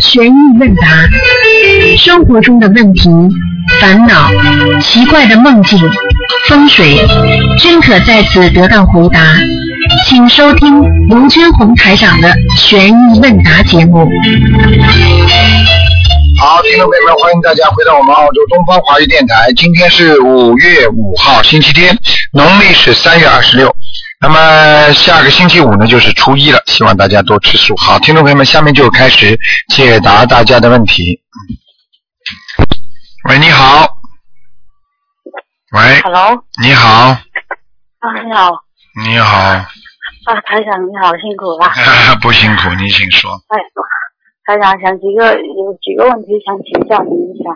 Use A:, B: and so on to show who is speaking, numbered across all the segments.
A: 悬疑问答，生活中的问题、烦恼、奇怪的梦境、风水，均可在此得到回答。请收听卢军红台长的悬疑问答节目。
B: 好，听众朋友们，欢迎大家回到我们澳洲东方华语电台。今天是五月五号，星期天，农历是三月二十六。那么下个星期五呢，就是初一了，希望大家多吃素。好，听众朋友们，下面就开始解答大家的问题。喂，你好。喂，
C: Hello，
B: 你好，
C: 啊，你好，
B: 你好，
C: 啊，台长你好，辛苦了。
B: 不辛苦，您请说。
C: 哎，台长想几个有几个问题想请教您一下，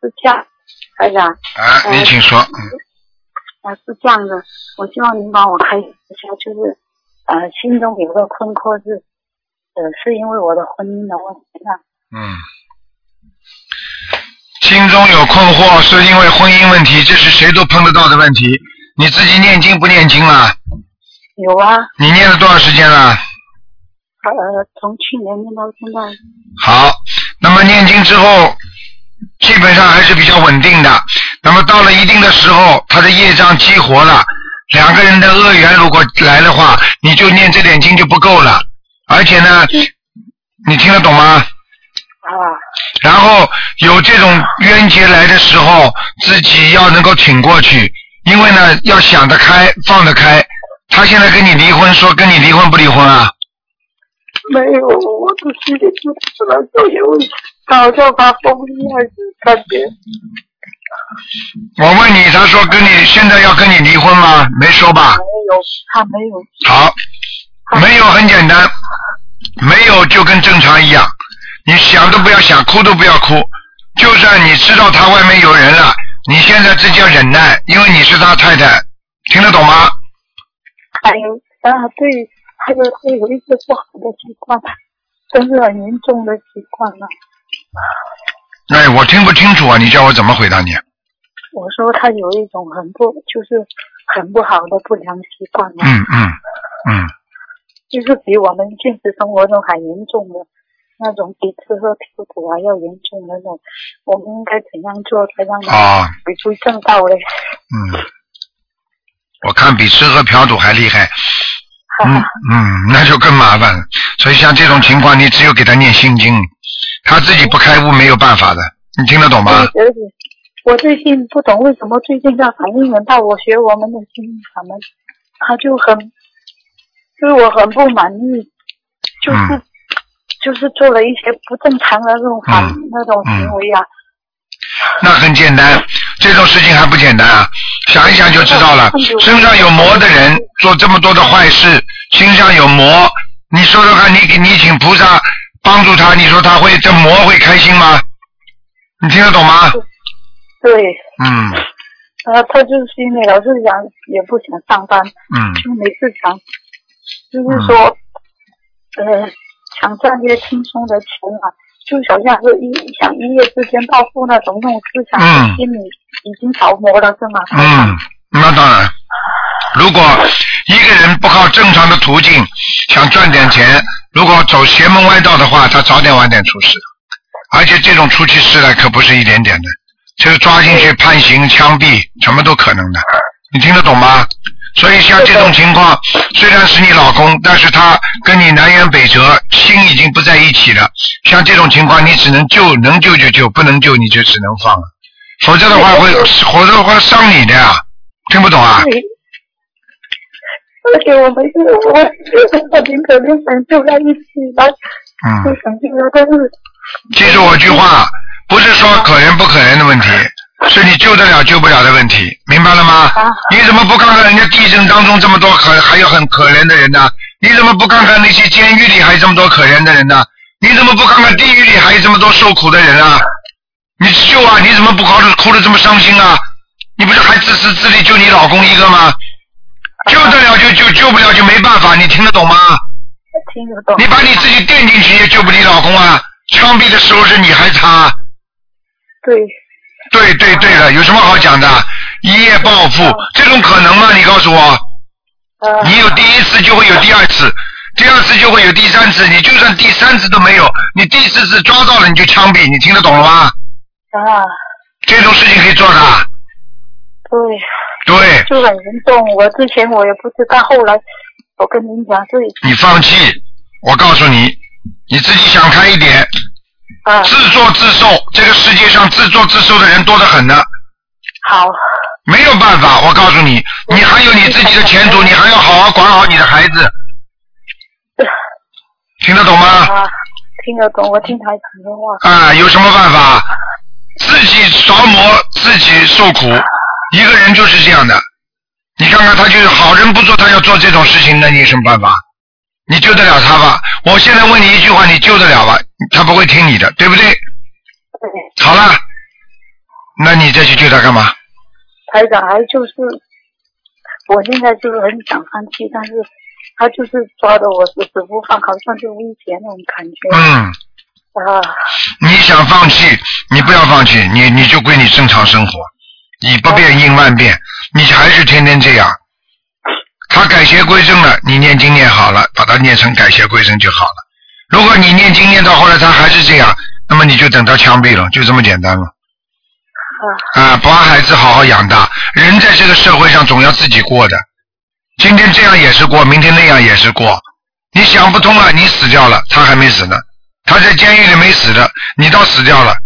C: 是这样，台长
B: 啊，您请说。嗯
C: 啊是这样的，我希望您帮我开解一下，就是呃心中有个困惑是，呃是因为我的婚姻的问题呢？
B: 嗯，心中有困惑，是因为婚姻问题，这是谁都碰得到的问题。你自己念经不念经了？
C: 有啊，
B: 你念了多少时间了？
C: 呃从去年念到现在，
B: 好，那么念经之后，基本上还是比较稳定的。那么到了一定的时候，他的业障激活了，两个人的恶缘如果来的话，你就念这点经就不够了。而且呢，你听得懂吗？
C: 啊
B: 然后有这种冤结来的时候，自己要能够挺过去，因为呢要想得开，放得开。他现在跟你离婚，说跟你离婚不离婚啊？
C: 没有，我只是里知道了，就因为早就发疯一样感觉。
B: 我问你，他说跟你现在要跟你离婚吗？没说吧？
C: 没有，他没有。
B: 好，没有很简单，没有就跟正常一样，你想都不要想，哭都不要哭。就算你知道他外面有人了，你现在自己要忍耐，因为你是他太太，听得懂吗？
C: 还有啊，对，还有他有一些不好的习惯，真是很严重的习惯了。
B: 哎，我听不清楚啊，你叫我怎么回答你？
C: 我说他有一种很不，就是很不好的不良习惯了，
B: 嗯嗯嗯，
C: 就是比我们现实生活中还严重的那种，比吃喝嫖赌还啊要严重的那种。我们应该怎样做才让他
B: 哦，
C: 回归正道嘞？
B: 嗯，我看比吃喝嫖赌还厉害，
C: 哈
B: 嗯
C: 哈，
B: 嗯，那就更麻烦了。所以像这种情况，你只有给他念心经，他自己不开悟没有办法的，你听得懂吗？
C: 而且我最近不懂为什么最近他反应很大，我学我们的心理法门，他就很，就是我很不满意，就是、
B: 嗯
C: 就是做了一些不正常的那种反、
B: 嗯
C: 那种行为啊，
B: 那很简单，这种事情还不简单啊！想一想就知道了。身上有魔的人做这么多的坏事，身上有魔，你说说看，你给你请菩萨帮助他，你说他会这魔会开心吗？你听得懂吗？
C: 对，
B: 嗯
C: 然后他就是心里老是想也不想上班，
B: 嗯
C: 就每次想，就是说，
B: 嗯
C: 呃，想赚些轻松的钱啊，就好像是一想一夜之间暴富那种那种思想，
B: 嗯
C: 心里已经着魔了，是吗？
B: 嗯，那当然。如果一个人不靠正常的途径想赚点钱，如果走邪门歪道的话，他早点晚点出事。而且这种出去事来可不是一点点的，就是抓进去判刑、枪毙，什么都可能的。你听得懂吗？所以像这种情况，虽然是你老公，但是他跟你南辕北辙，心已经不在一起了。像这种情况，你只能救，能救就救，不能救你就只能放了。否则的话会，否则的话伤你的呀，听不懂啊？
C: 对。而且我们是我我宁可就想就在一起吧，就
B: 嗯，
C: 想就在，但是
B: 记住我句话，不是说可人不可人的问题，是你救得了救不了的问题，明白了吗？
C: 啊，
B: 你怎么不看看人家地震当中这么多可还有很可怜的人呢？你怎么不看看那些监狱里还有这么多可怜的人呢？你怎么不看看地狱里还有这么多受苦的人啊？你救啊！你怎么不哭的哭的这么伤心啊？你不是还自私自利救你老公一个吗？救得了就救，救不了就没办法，你听得懂吗？
C: 听得懂。
B: 你把你自己垫进去也救不你老公啊！枪毙的时候是你还他。
C: 对，
B: 对对对了，有什么好讲的？一夜暴富这种可能吗？你告诉我。
C: 呃，
B: 你有第一次就会有第二次，第二次就会有第三次，你就算第三次都没有，你第四次抓到了你就枪毙，你听得懂了吗？
C: 啊，
B: 这种事情可以做的，
C: 对，
B: 对
C: 就很严重。我之前我也不知道，后来我跟您讲，对
B: 你放弃，我告诉你，你自己想开一点，
C: 啊，
B: 自作自受，这个世界上自作自受的人多得很呢，
C: 好，
B: 没有办法，我告诉你，你还有你自己的前途，你还要好好管好你的孩子，听得懂吗？
C: 啊，听得懂，我听台长的话，
B: 啊，有什么办法？自己着魔，自己受苦，一个人就是这样的。你看看他就是好人不做，他要做这种事情，那你有什么办法？你救得了他吧？我现在问你一句话，你救得了吧？他不会听你的，对不对？
C: 对，
B: 好了，那你再去救他干嘛？
C: 台长还就是，我现在就是很想放弃，但是他就是抓着我死死不放，好像就威胁那种感觉、
B: 嗯，
C: 啊，
B: 你想放弃，你不要放弃，你你就归你正常生活，以不变应万变，你还是天天这样。他改邪归正了，你念经念好了，把它念成改邪归正就好了。如果你念经念到后来他还是这样，那么你就等他枪毙了，就这么简单了。啊，把孩子好好养大，人在这个社会上总要自己过的。今天这样也是过，明天那样也是过。你想不通了，你死掉了，他还没死呢。他在监狱里没死的，你倒死掉了，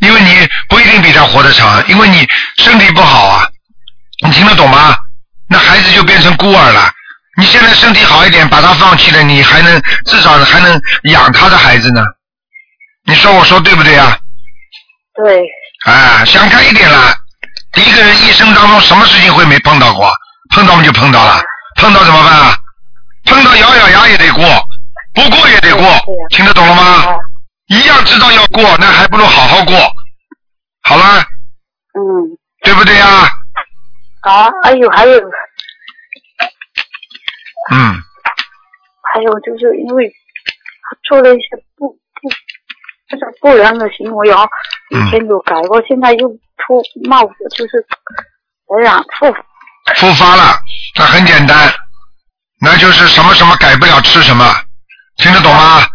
B: 因为你不一定比他活得长，因为你身体不好啊。你听得懂吗？那孩子就变成孤儿了。你现在身体好一点，把他放弃了，你还能至少还能养他的孩子呢。你说我说对不对啊？
C: 对，
B: 啊，想开一点啦！一个人一生当中什么事情会没碰到过？碰到嘛就碰到了，碰到怎么办啊？碰到咬咬牙也得过，不过也得过
C: 对呀，
B: 听得懂了吗
C: 啊？，
B: 一样知道要过，那还不如好好过，好了，
C: 嗯，
B: 对不对啊？
C: 啊，还有还有
B: 嗯，
C: 还有就是因为他做了一些不不就是不良的行为哦，
B: 嗯
C: 以前有改过，现在又出冒就是怎样复
B: 复发了，那很简单，那就是什么什么改不了吃什么，听得懂吗？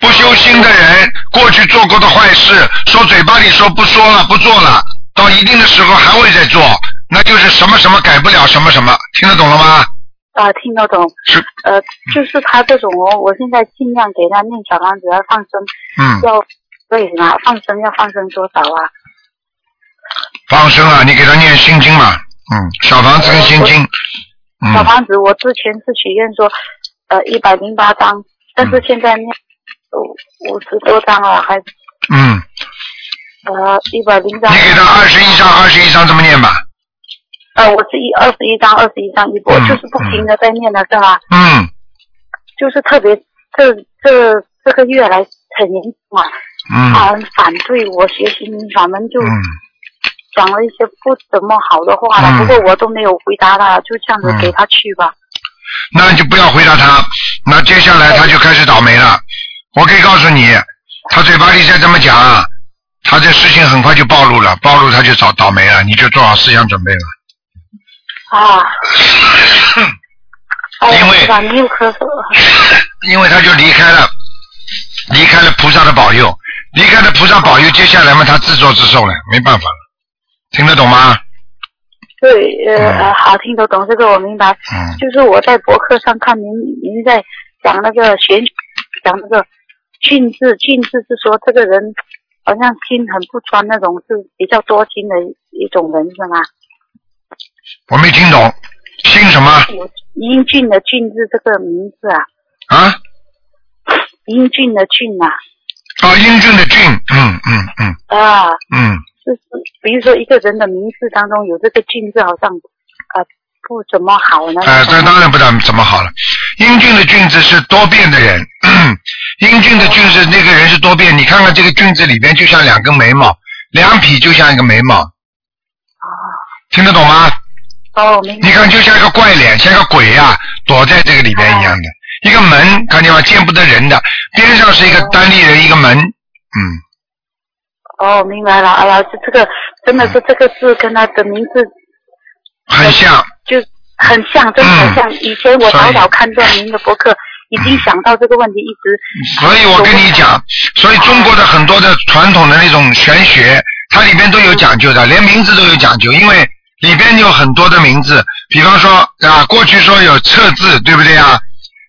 B: 不修心的人，过去做过的坏事，说嘴巴里说不说了不做了，到一定的时候还会再做，那就是什么什么改不了什么什么，听得懂了吗？
C: 啊听得懂
B: 是，
C: 呃，就是他这种哦，我现在尽量给他念小房子要放生，
B: 嗯，
C: 要对嘛，放生要放生多少啊？
B: 放生啊，你给他念心经嘛，嗯，小房子跟心经，
C: 小
B: 嗯，
C: 房子我之前是许愿说呃一百零八张，但是现在念五五十多张了，还
B: 嗯，
C: 呃一百零张
B: 你。给他二十一章，二十一章这么念吧，
C: 呃，我是一二十一张，二十一张一波，
B: 嗯
C: 就是不停的在念的是吧？
B: 嗯
C: 就是特别这这这个月来很严重啊，
B: 嗯
C: 他很反对我学习民法门，就
B: 嗯，
C: 讲了一些不怎么好的话了。
B: 嗯
C: 不过我都没有回答他，就这样子
B: 嗯
C: 给他去吧。
B: 那你就不要回答他，那接下来他就开始倒霉了。我可以告诉你，他嘴巴里再这么讲啊，他这事情很快就暴露了，暴露他就倒倒霉了，你就做好思想准备了。
C: 啊，哎
B: 嗯
C: 呀，
B: 因为
C: 台长你又咳嗽了，
B: 因为他就离开了，离开了菩萨的保佑，离开了菩萨保佑，接下来嘛，他自作自受了，没办法了，听得懂吗？
C: 对，呃
B: 嗯
C: 呃，好听得懂这个我明白。
B: 嗯，
C: 就是我在博客上看您您在讲那个玄，讲那个俊字，俊字是说这个人好像心很不专那种，是比较多心的一种人是吗？
B: 我没听懂，姓什么
C: 英俊的俊字这个名字啊，
B: 啊？
C: 英俊的俊啊，
B: 啊，英俊的俊，嗯嗯嗯
C: 啊，
B: 嗯，
C: 就是比如说一个人的名字当中有这个俊字，好像啊、不怎么好呢。
B: 哎、这当然不怎怎么好了。英俊的俊字是多变的人， 英俊的俊字那个人是多变。你看看这个俊字里边就像两根眉毛，两匹就像一个眉毛，听得懂吗？
C: 哦，我明白
B: 你看就像一个怪脸，像一个鬼呀、躲在这个里边一样的。一个门，看见吗？见不得人的，边上是一个单立人，一个门，嗯，
C: 哦，明白了。哎呀，这这个真的
B: 嗯
C: 是这个字跟他的名字
B: 很像。嗯
C: 就很像，真的很像。以前我早早看过您的博客，已经想到这个问题，一直
B: 所以我跟你讲，所以中国的很多的传统的那种玄学，它里边都有讲究的，连名字都有讲究，因为里边有很多的名字，比方说啊，过去说有测字，对不对啊？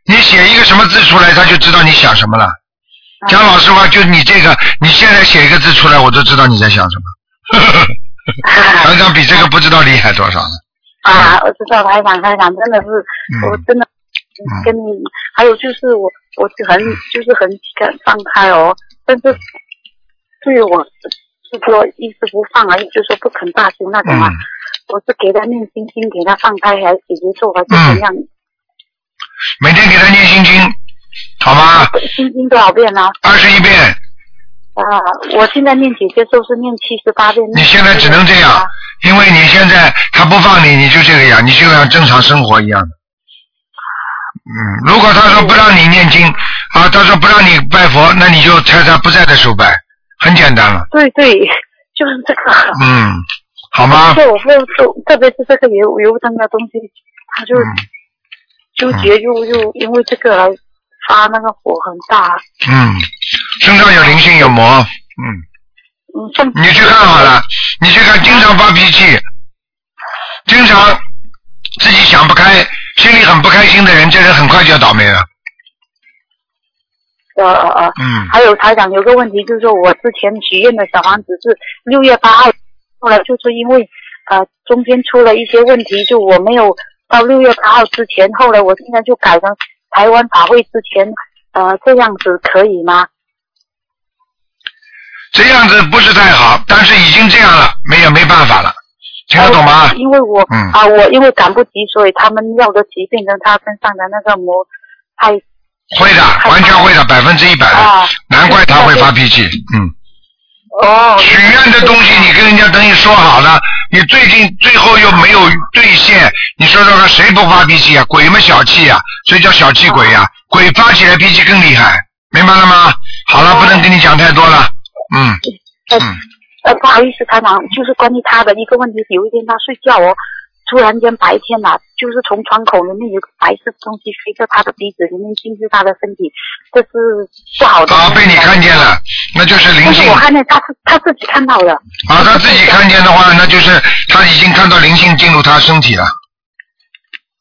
B: 你写一个什么字出来，他就知道你想什么了。讲老实话，就你这个，你现在写一个字出来，我都知道你在想什么。团长比这个不知道厉害多少了。
C: 啊，我知道台长，台长真的是，
B: 嗯
C: 我真的
B: 嗯
C: 跟你，还有就是我，我就很就是很敢放开哦，但是对于我是说一直不放啊，就说不肯大修那种啊，
B: 嗯
C: 我是给他念心经，给他放开，还解决做，还是怎样？
B: 嗯每天给他念心经，好吗？
C: 心经多少遍呢、啊？
B: 二十一遍，
C: 啊我现在念姐姐咒是念七十八遍。
B: 你现在只能这样，因为你现在他不放你，你就这个样，你就像正常生活一样的。嗯，如果他说不让你念经啊，他说不让你拜佛，那你就在他不在的时候拜，很简单了。
C: 对对， 就是这个。
B: 嗯，好吗？
C: 对，我不就特别是这个油油灯的东西，他就
B: 嗯
C: 纠结，又又因为这个来发那个火很大。
B: 嗯，身上有灵性有魔，嗯，
C: 嗯，像
B: 你去看好了，你去看，经常发脾气，经常自己想不开，心里很不开心的人，这人很快就要倒霉了。
C: 呃呃呃，
B: 嗯，
C: 还有台长有个问题，就是说我之前许愿的小房子是六月八号，后来就是因为呃中间出了一些问题，就我没有到六月八号之前，后来我现在就改成台湾法会之前，呃这样子可以吗？
B: 这样子不是太好，但是已经这样了，没有没办法了，听得懂吗
C: 呃？因为我、
B: 嗯
C: 啊，我因为赶不及，所以他们要的急变成他身上的那个魔太
B: 会的，完全会的，百分之一百的，
C: 啊
B: 难怪他会发脾气。嗯，
C: 哦，
B: 许愿的东西你跟人家等于说好了，你最近最后又没有兑现，你说说看谁不发脾气啊？鬼们小气啊，所以叫小气鬼呀、鬼发起来脾气更厉害，明白了吗？好
C: 哦
B: 了，不能跟你讲太多了。嗯嗯，
C: 呃，不好意思，台长，就是关于他的一个问题。有一天他睡觉哦，突然间白天呐、就是从窗口里面有个白色的东西飞到他的鼻子里面进入他的身体，这是不好的。
B: 啊，被你看见。了，那就是灵
C: 但
B: 性
C: 是我看见他是他自己看到的。
B: 啊，他自己看见的话，那就是他已经看到灵性进入他身体了。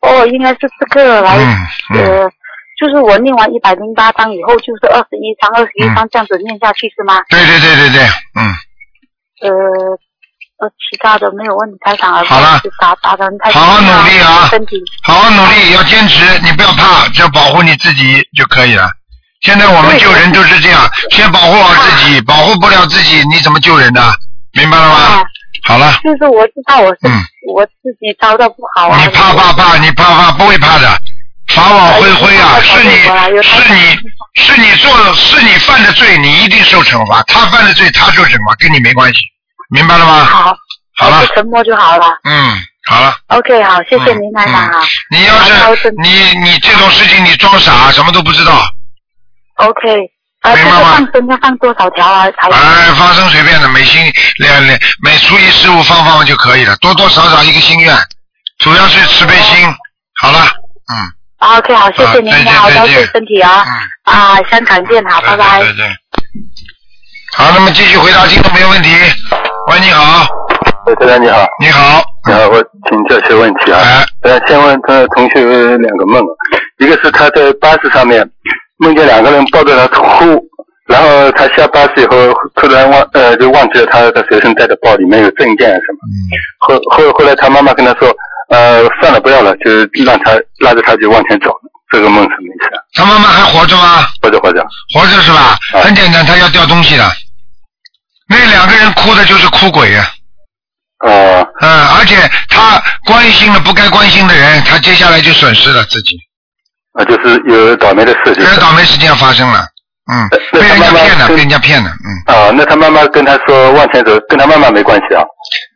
C: 哦，应该是这个来、
B: 嗯嗯，
C: 呃，就是我念完一百零八章以后，就是二十一章、二十一
B: 嗯
C: 章这样子念下去是吗？
B: 对对对对对，嗯，
C: 呃呃，其他的没有问题，台长啊，
B: 好了
C: 不打打人太
B: 好好努力啊
C: 身体。
B: 好好努力，要坚持，你不要怕，只要保护你自己就可以了。现在我们
C: 对
B: 救人就是这样，先保护好自己，保护不了自己，你怎么救人呢？明白了
C: 啊
B: 吗？好了，
C: 就是我知道我是、
B: 嗯
C: 我自己遭的不好啊。
B: 你怕怕怕，你怕怕不会怕的，法网恢恢啊，是你是你是你做了是你犯的罪，你一定受惩罚。他犯的罪，他受惩罚，跟你没关系，明白了吗？
C: 好，
B: 好了
C: 我就，沉默就好了。
B: 嗯，好了。
C: OK，好，谢谢
B: 嗯
C: 您，台长啊。
B: 你要
C: 然后
B: 是
C: 是
B: 你你这种事情你装傻什么都不知道，
C: OK，呃，
B: 嗯明
C: 这
B: 白
C: 个
B: 吗
C: 放生要放多少条啊？台长，
B: 哎，放生随便的，每星两两每初一十五放放就可以了，多多少少一个心愿，主要是慈悲心。好了，嗯
C: 啊，OK，好，谢谢您
B: 啊再，见
C: 好，
B: 再
C: 保
B: 见
C: 重身体啊。
B: 嗯，
C: 啊，香港见，好，拜拜
B: 对。对对。好，那么继续回答听众朋友问题。喂，你好，
D: 喂，台长你好，
B: 你好，
D: 你好，我请教些问题啊。
B: 哎，
D: 呃，先问他同学有两个梦，一个是他在巴士上面梦见两个人抱着他哭，然后他下巴士以后突然忘呃就忘记了他的随身带的包里面有证件啊什
B: 嗯
D: 么，后后后来他妈妈跟他说，呃算了不要了，就是让他拉着他就往前走，这个梦什么意思啊？
B: 他妈妈还活着吗？
D: 或者或者
B: 活着是吧？
D: 啊
B: 很简单，他要掉东西了。那两个人哭的就是哭鬼啊呀、
D: 呃
B: 嗯，而且他关心了不该关心的人，他接下来就损失了自己，
D: 呃就是有倒霉的事情
B: 这。倒霉事件发生了。嗯，被人家骗了，被人家骗了。嗯，
D: 啊，那他妈妈跟他说往前走，跟他妈妈没关系啊。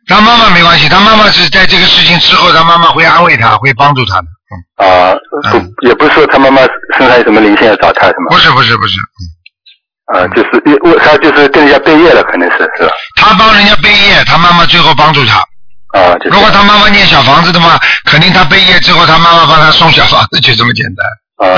B: 他妈妈没关系，他妈妈是在这个事情之后，他妈妈会安慰他，会帮助他的。嗯，
D: 啊，不
B: 嗯，
D: 也不是说他妈妈身上有什么灵性要找他什么
B: 不，是不是不是，
D: 啊，就是我他就是跟人家背业了，可能是是吧？
B: 他帮人家背业，他妈妈最后帮助他。
D: 啊，就是
B: 如果他妈妈念小房子的话，肯定他背业之后，他妈妈帮他送小房子，就这么简单。
D: 啊、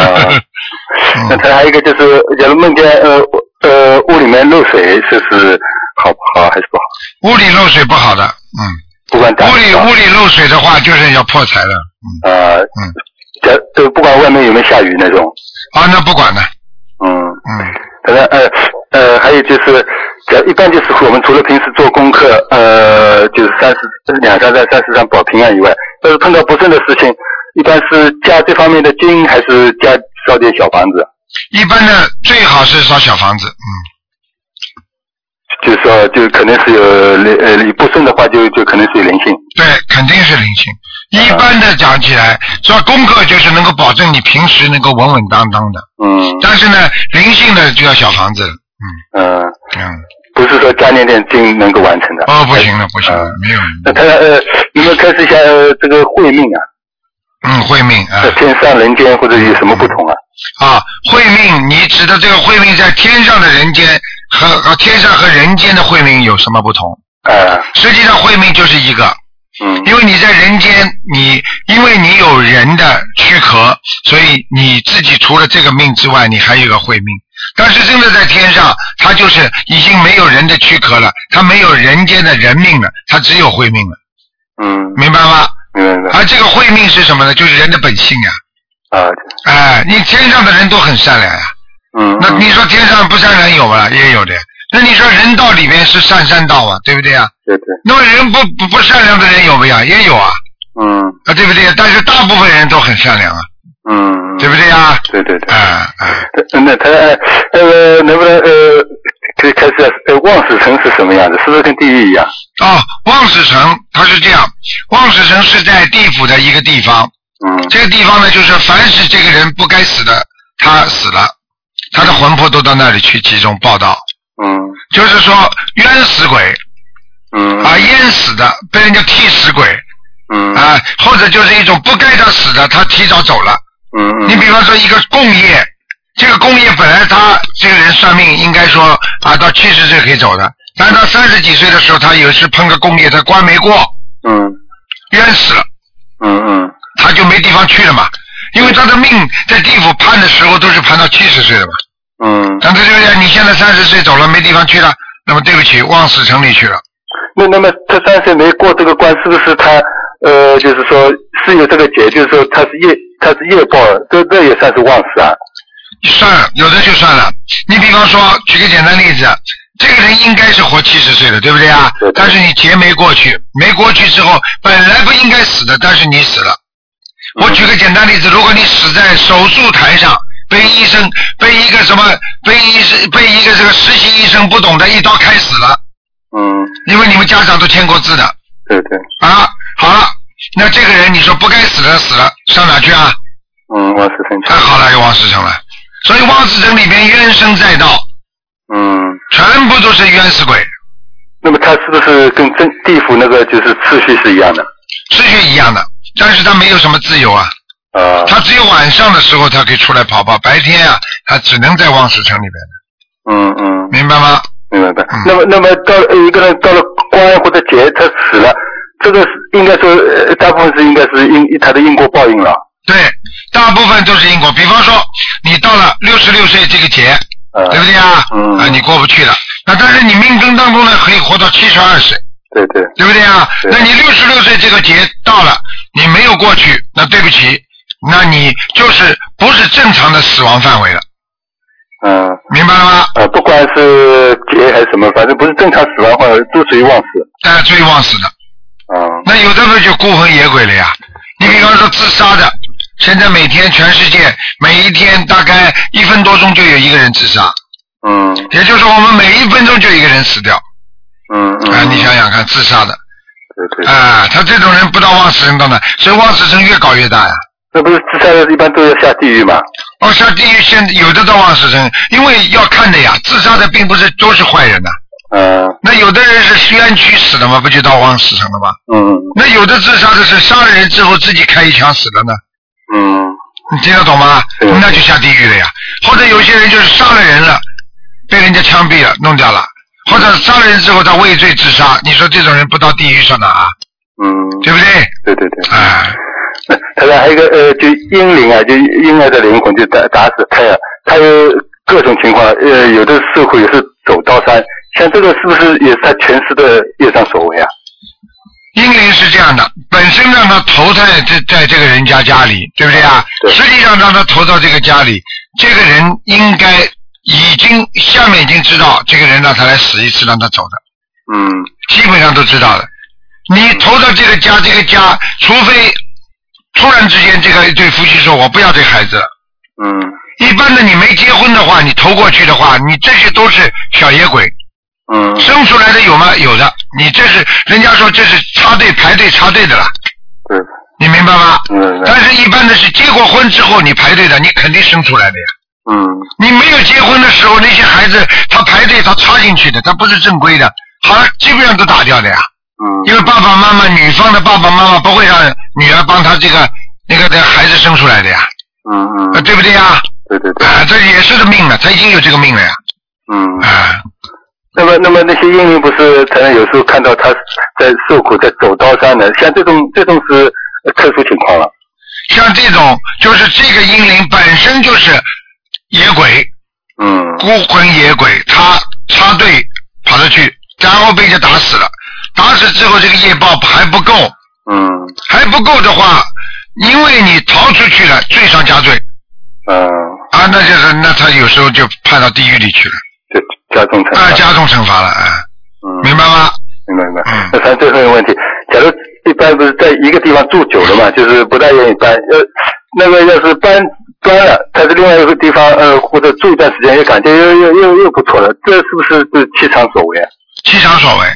D: 那他还有一个就是，假如梦见呃呃屋里面漏水，这是好不好还是不好？
B: 屋里漏水不好的，嗯，
D: 不管打
B: 屋里
D: 啊
B: 屋里漏水的话，就是要破财了，嗯，
D: 呃，假都不管外面有没有下雨那种，
B: 啊，那不管了，
D: 嗯，
B: 嗯，
D: 反正呃呃还有就是，假一般就是我们除了平时做功课，呃就是三十两三三三十张保平安以外，但是碰到不顺的事情，一般是加这方面的经，还是加烧点小房子？
B: 一般的最好是烧小房子，嗯，
D: 就是说，就可能是有灵呃灵不顺的话就，就可能是有灵性。
B: 对，肯定是灵性。一般的讲起来，做功课就是能够保证你平时能够稳稳当当的，
D: 嗯
B: 但是呢，灵性的就要小房子了，
D: 嗯、
B: 嗯，
D: 不是说加念点经能够完成的。
B: 哦，不行了，不行了
D: 嗯，
B: 没有，
D: 那他呃，你们开始一下、呃、这个慧命啊，
B: 嗯，慧命啊
D: 在天上人间或者有什么不同啊？
B: 啊，慧命，你指的这个慧命在天上的人间和和天上和人间的慧命有什么不同？
D: 啊、
B: 实际上慧命就是一个，
D: 嗯
B: 因为你在人间，你因为你有人的躯壳，所以你自己除了这个命之外，你还有一个慧命。但是真的在天上，它就是已经没有人的躯壳了，它没有人间的人命了，它只有慧命了，
D: 嗯，
B: 明白吗？
D: 明白了
B: 而这个慧命是什么呢？就是人的本性呀、
D: 啊，
B: 哎、你天上的人都很善良呀、
D: 嗯，
B: 那你说天上不善良有吗？也有的。那你说人道里面是善善道啊，对不对啊？
D: 对对，
B: 那么人不不不善良的人有没有啊？也有啊。
D: 嗯
B: 啊，对不对？但是大部分人都很善良啊，
D: 嗯，
B: 对不对啊？
D: 对对对
B: 啊、啊，
D: 对，那他呃呃能不能呃可以开始呃望死城是什么样子？是不是跟地狱一样？
B: 哦，望死城它是这样，望死城是在地府的一个地方，
D: 嗯
B: 这个地方呢，就是凡是这个人不该死的，他死了，他的魂魄都到那里去集中报道，
D: 嗯
B: 就是说冤死鬼
D: 嗯
B: 啊，淹死的，被人家替死鬼
D: 嗯
B: 啊，或者就是一种不该他死的，他提早走了。
D: 嗯嗯
B: 你比方说一个共业，这个共业本来他这个人算命应该说啊到七十岁可以走的，但是他三十几岁的时候，他有一次碰个共业，他关没过，
D: 嗯
B: 冤死了，
D: 嗯嗯
B: 他就没地方去了嘛。因为他的命在地府判的时候都是判到七十岁的嘛，
D: 嗯，
B: 但是就是你现在三十岁走了没地方去了，那么对不起，往死城里去了。
D: 那那么他三岁没过这个关，是不是他呃就是说是有这个劫，就是说他是业他是业报，这这也算是旺死啊？
B: 算了，有的就算了。你比方说，举个简单例子，这个人应该是活七十岁的，对不对啊
D: 对对？
B: 但是你劫没过去，没过去之后，本来不应该死的，但是你死了。
D: 嗯
B: 我举个简单例子，如果你死在手术台上，被医生被一个什么被医生被一个这个实习医生不懂的一刀开死了，
D: 嗯，
B: 因为你们家长都签过字的
D: 对对，
B: 啊。好了，那这个人你说不该死的死了，上哪去啊？
D: 嗯，旺死生
B: 太
D: 强，
B: 好了，有王世成了。所以王世成里边冤声载道。
D: 嗯，
B: 全部都是冤死鬼，
D: 那么他是不是跟真地府那个就是次序是一样的？
B: 秩序一样的，但是他没有什么自由啊，
D: 啊、
B: 他只有晚上的时候他可以出来跑跑，白天啊，他只能在望死城里边，
D: 嗯嗯，
B: 明白吗？
D: 明白的
B: 嗯。
D: 那么那么到了一个人到了官或者劫，他死了，这个是应该说呃大部分是应该是因他的因果报应了。
B: 对，大部分都是因果。比方说，你到了六十六岁这个节，
D: 啊、
B: 对不对啊？
D: 嗯
B: 啊，你过不去了。那但是你命根当中呢，可以活到七十二岁，
D: 对对，
B: 对不对啊？
D: 对
B: 那你六十六岁这个节到了，你没有过去，那对不起，那你就是不是正常的死亡范围了，
D: 嗯、
B: 明白了吗？
D: 呃，不管是劫还是什么，反正不是正常死亡话，都属于妄死。
B: 大家最忘死的。
D: 嗯
B: 那有的不就孤魂野鬼了呀？你比方说自杀的，现在每天全世界每一天大概一分多钟就有一个人自杀，
D: 嗯
B: 也就是说我们每一分钟就有一个人死掉。
D: 嗯嗯。
B: 啊、你想想看，自杀的
D: 对对，
B: 啊、他这种人不到望死城到哪，所以望死城越搞越大呀。
D: 那不是自杀的一般都要下地狱嘛？
B: 哦，像地狱现在有的到望死城，因为要看的呀，自杀的并不是都是坏人呐、
D: 嗯
B: 那有的人是冤屈死的嘛，不就到望死城了吗？
D: 嗯
B: 那有的自杀的是杀了人之后自己开一枪死的呢。
D: 嗯
B: 你听得懂吗？
D: 嗯
B: 那就下地狱了呀。或者有些人就是杀了人了，被人家枪毙了，弄掉了，或者杀了人之后他畏罪自杀，你说这种人不到地狱上哪啊？
D: 嗯，
B: 对不对？
D: 对对对。
B: 啊，
D: 他说还有一个呃，就婴灵啊，就婴儿的灵魂就打打死胎儿，他有各种情况，呃，有的似乎也是走刀山，像这个是不是也是他前世的业障所为啊？
B: 英灵是这样的，本身让他投在这在这个人家家里，对不对啊？
D: 对
B: 实际上让他投到这个家里，这个人应该已经下面已经知道这个人让他来死一次，让他走的，
D: 嗯
B: 基本上都知道了。你投到这个家，这个家，除非突然之间这个对夫妻说我不要这个孩子了，
D: 嗯
B: 一般的你没结婚的话，你投过去的话，你这些都是小野鬼，
D: 嗯
B: 生出来的有吗？有的，你这是人家说这是插队排队插队的了，
D: 对，
B: 你明白吗？
D: 嗯
B: 但是，一般的是结过婚之后你排队的，你肯定生出来的呀。
D: 嗯
B: 你没有结婚的时候，那些孩子他排队，他插进去的，他不是正规的，好了，基本上都打掉的呀。因
D: 嗯
B: 为爸爸妈妈，女方的爸爸妈妈不会让女儿帮他这个那个的孩子生出来的呀，
D: 嗯
B: 啊，
D: 嗯，
B: 对不对呀？
D: 对对对，
B: 啊，这也是个命了，他已经有这个命了呀。
D: 嗯。
B: 啊，
D: 那么，那么那些英灵不是可能有时候看到他在受苦，在走刀山的，像这种这种是呃特殊情况了。
B: 像这种就是这个阴灵本身就是野鬼，
D: 嗯
B: 孤魂野鬼，他插队跑着去，然后被人家打死了。打死之后，这个业报还不够，
D: 嗯
B: 还不够的话，因为你逃出去了，罪上加罪
D: 嗯，
B: 啊，那就是那他有时候就判到地狱里去了
D: 就加重成
B: 啊，
D: 加
B: 加重惩罚了啊，
D: 嗯，
B: 明白吗？
D: 明白明白
B: 嗯。
D: 那咱最后一个问题，假如一般不是在一个地方住久了嘛，就是不太愿意搬，呃，那么要是搬搬了，但是另外一个地方呃或者住一段时间，也感觉又又又又不错了，这是不是是气场所为啊？
B: 气场所为。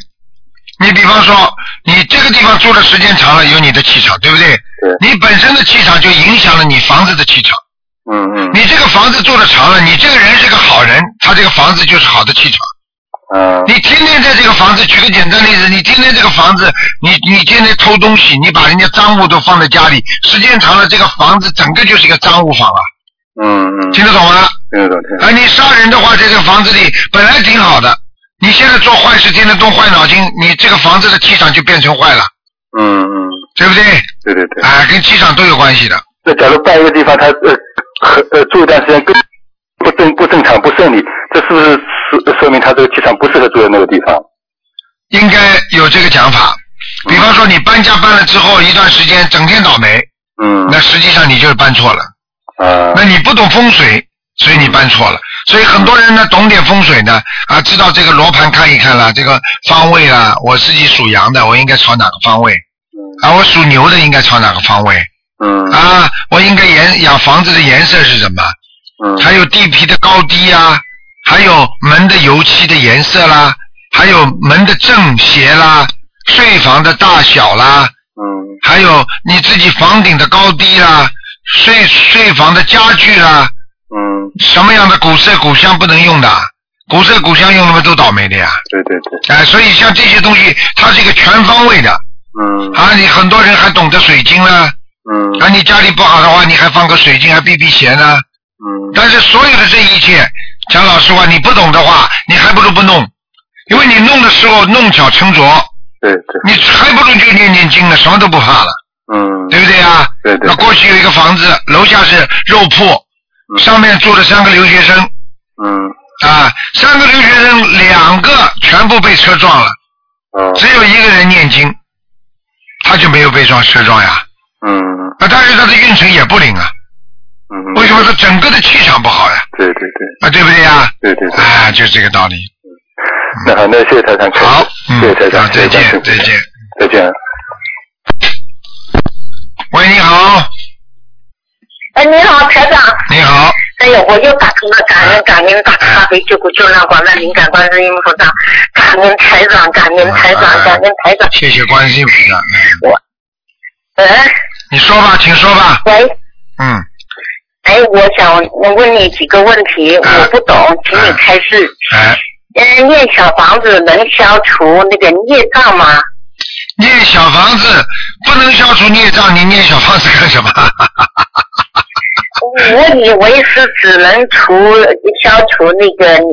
B: 你比方说，你这个地方住的时间长了，有你的气场，对不对？
D: 对
B: 你本身的气场就影响了你房子的气场。
D: 嗯嗯
B: 你这个房子住的长了，你这个人是个好人，他这个房子就是好的气场。
D: 嗯
B: 你天天在这个房子，举个简单例子，你天天这个房子，你你天天偷东西，你把人家赃物都放在家里，时间长了，这个房子整个就是一个赃物房啊，
D: 嗯嗯，
B: 听得懂吗？
D: 听得懂听得懂
B: 啊，你杀人的话，在这个房子里本来挺好的，你现在做坏事，天天动坏脑筋，你这个房子的气场就变成坏了，
D: 嗯嗯，
B: 对不对？
D: 对对对。
B: 啊，跟气场都有关系的。
D: 那假如办一个地方，他呃和呃住一段时间更不正不正常不顺利，这是不是说说明他这个气场不适合住在那个地方？
B: 应该有这个讲法。比方说，你搬家搬了之后一段时间，整天倒霉，
D: 嗯，
B: 那实际上你就是搬错了。
D: 啊
B: 那你不懂风水，所以你搬错了。所以很多人呢，懂点风水呢，啊，知道这个罗盘看一看啦，这个方位啦，我自己属羊的，我应该朝哪个方位？啊，我属牛的应该朝哪个方位？
D: 嗯
B: 啊，我应该颜养房子的颜色是什么？
D: 嗯
B: 还有地皮的高低呀、还有门的油漆的颜色啦，还有门的正斜啦，睡房的大小啦，
D: 嗯
B: 还有你自己房顶的高低啦，睡睡房的家具啦，
D: 嗯，
B: 什么样的古色古香不能用的，古色古香用了嘛都倒霉的呀。
D: 对对对，
B: 哎、所以像这些东西，它是一个全方位的
D: 嗯
B: 啊。你很多人还懂得水晶啦，
D: 嗯
B: 啊，你家里不好的话，你还放个水晶，还避避啊邪呢。
D: 嗯
B: 但是所有的这一切，讲老实话，你不懂的话，你还不如不弄，因为你弄的时候弄巧成拙，
D: 对对，
B: 你还不如就念念经了，什么都不怕了，
D: 嗯
B: 对不对啊？
D: 对对
B: 那，过去有一个房子，楼下是肉铺，
D: 嗯
B: 上面住了三个留学生
D: 嗯
B: 啊，三个留学生两个全部被车撞了，
D: 哦
B: 只有一个人念经，他就没有被撞车撞呀。
D: 嗯
B: 啊，但是他的运程也不灵啊，
D: 嗯，
B: 为什么？说整个的气场不好呀？
D: 对对对
B: 啊，对不对呀？
D: 对对对，
B: 啊，就这个道理。
D: 那好，那谢谢台长，
B: 好，嗯，
D: 谢谢台长
B: 好，，再见，再，见。
D: 再见。
B: 喂，你好，
E: 哎，你好，台长。
B: 你好，
E: 哎呦，我又打通了，感恩感恩大慈大悲救苦救难广大灵感观世音菩萨，感恩台长，感恩台长，感恩台长。
B: 谢谢关心菩萨。嗯
E: 喂、
B: 你说吧，请说吧。
E: 喂，
B: 嗯，
E: 哎，我想问你几个问题，
B: 啊
E: 我不懂，请你开示。
B: 哎，
E: 嗯，念小房子能消除那个孽障吗？
B: 念小房子不能消除孽障，你念小房子干什么？
E: 我以为是只能除消除那个灵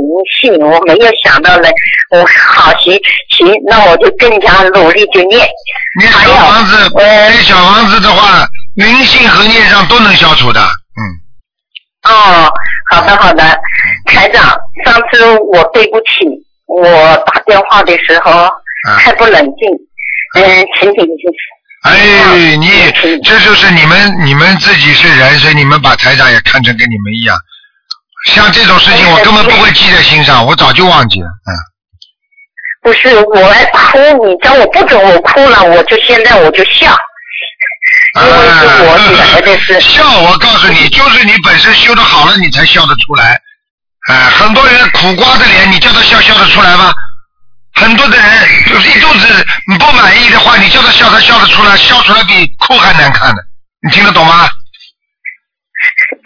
E: 性，我没有想到呢。我好行行，那我就更加努力去念。
B: 念小房子，
E: 哎
B: 念小房子的话，灵性和孽障都能消除的。嗯，
C: 哦，好的好的，台长，上次我对不起，我打电话的时候
B: 啊
C: 太不冷静，嗯，请你
B: 哎，你
C: 嗯
B: 这就是你们你们自己是人，所以你们把台长也看成跟你们一样。像这种事情，我根本不会记在心上，我早就忘记了。嗯，
C: 不是我还哭，你叫我不准我哭了，我就现在我就笑，
B: 啊
C: 因为是我女儿的 事。
B: 笑，我告诉你，就是你本身修的好了，你才笑得出来。哎、很多人苦瓜的脸，你叫他笑笑得出来吗？很多的人就是一肚子不满意的话，你叫他笑，他笑得出来，笑出来比哭还难看的。你听得懂吗？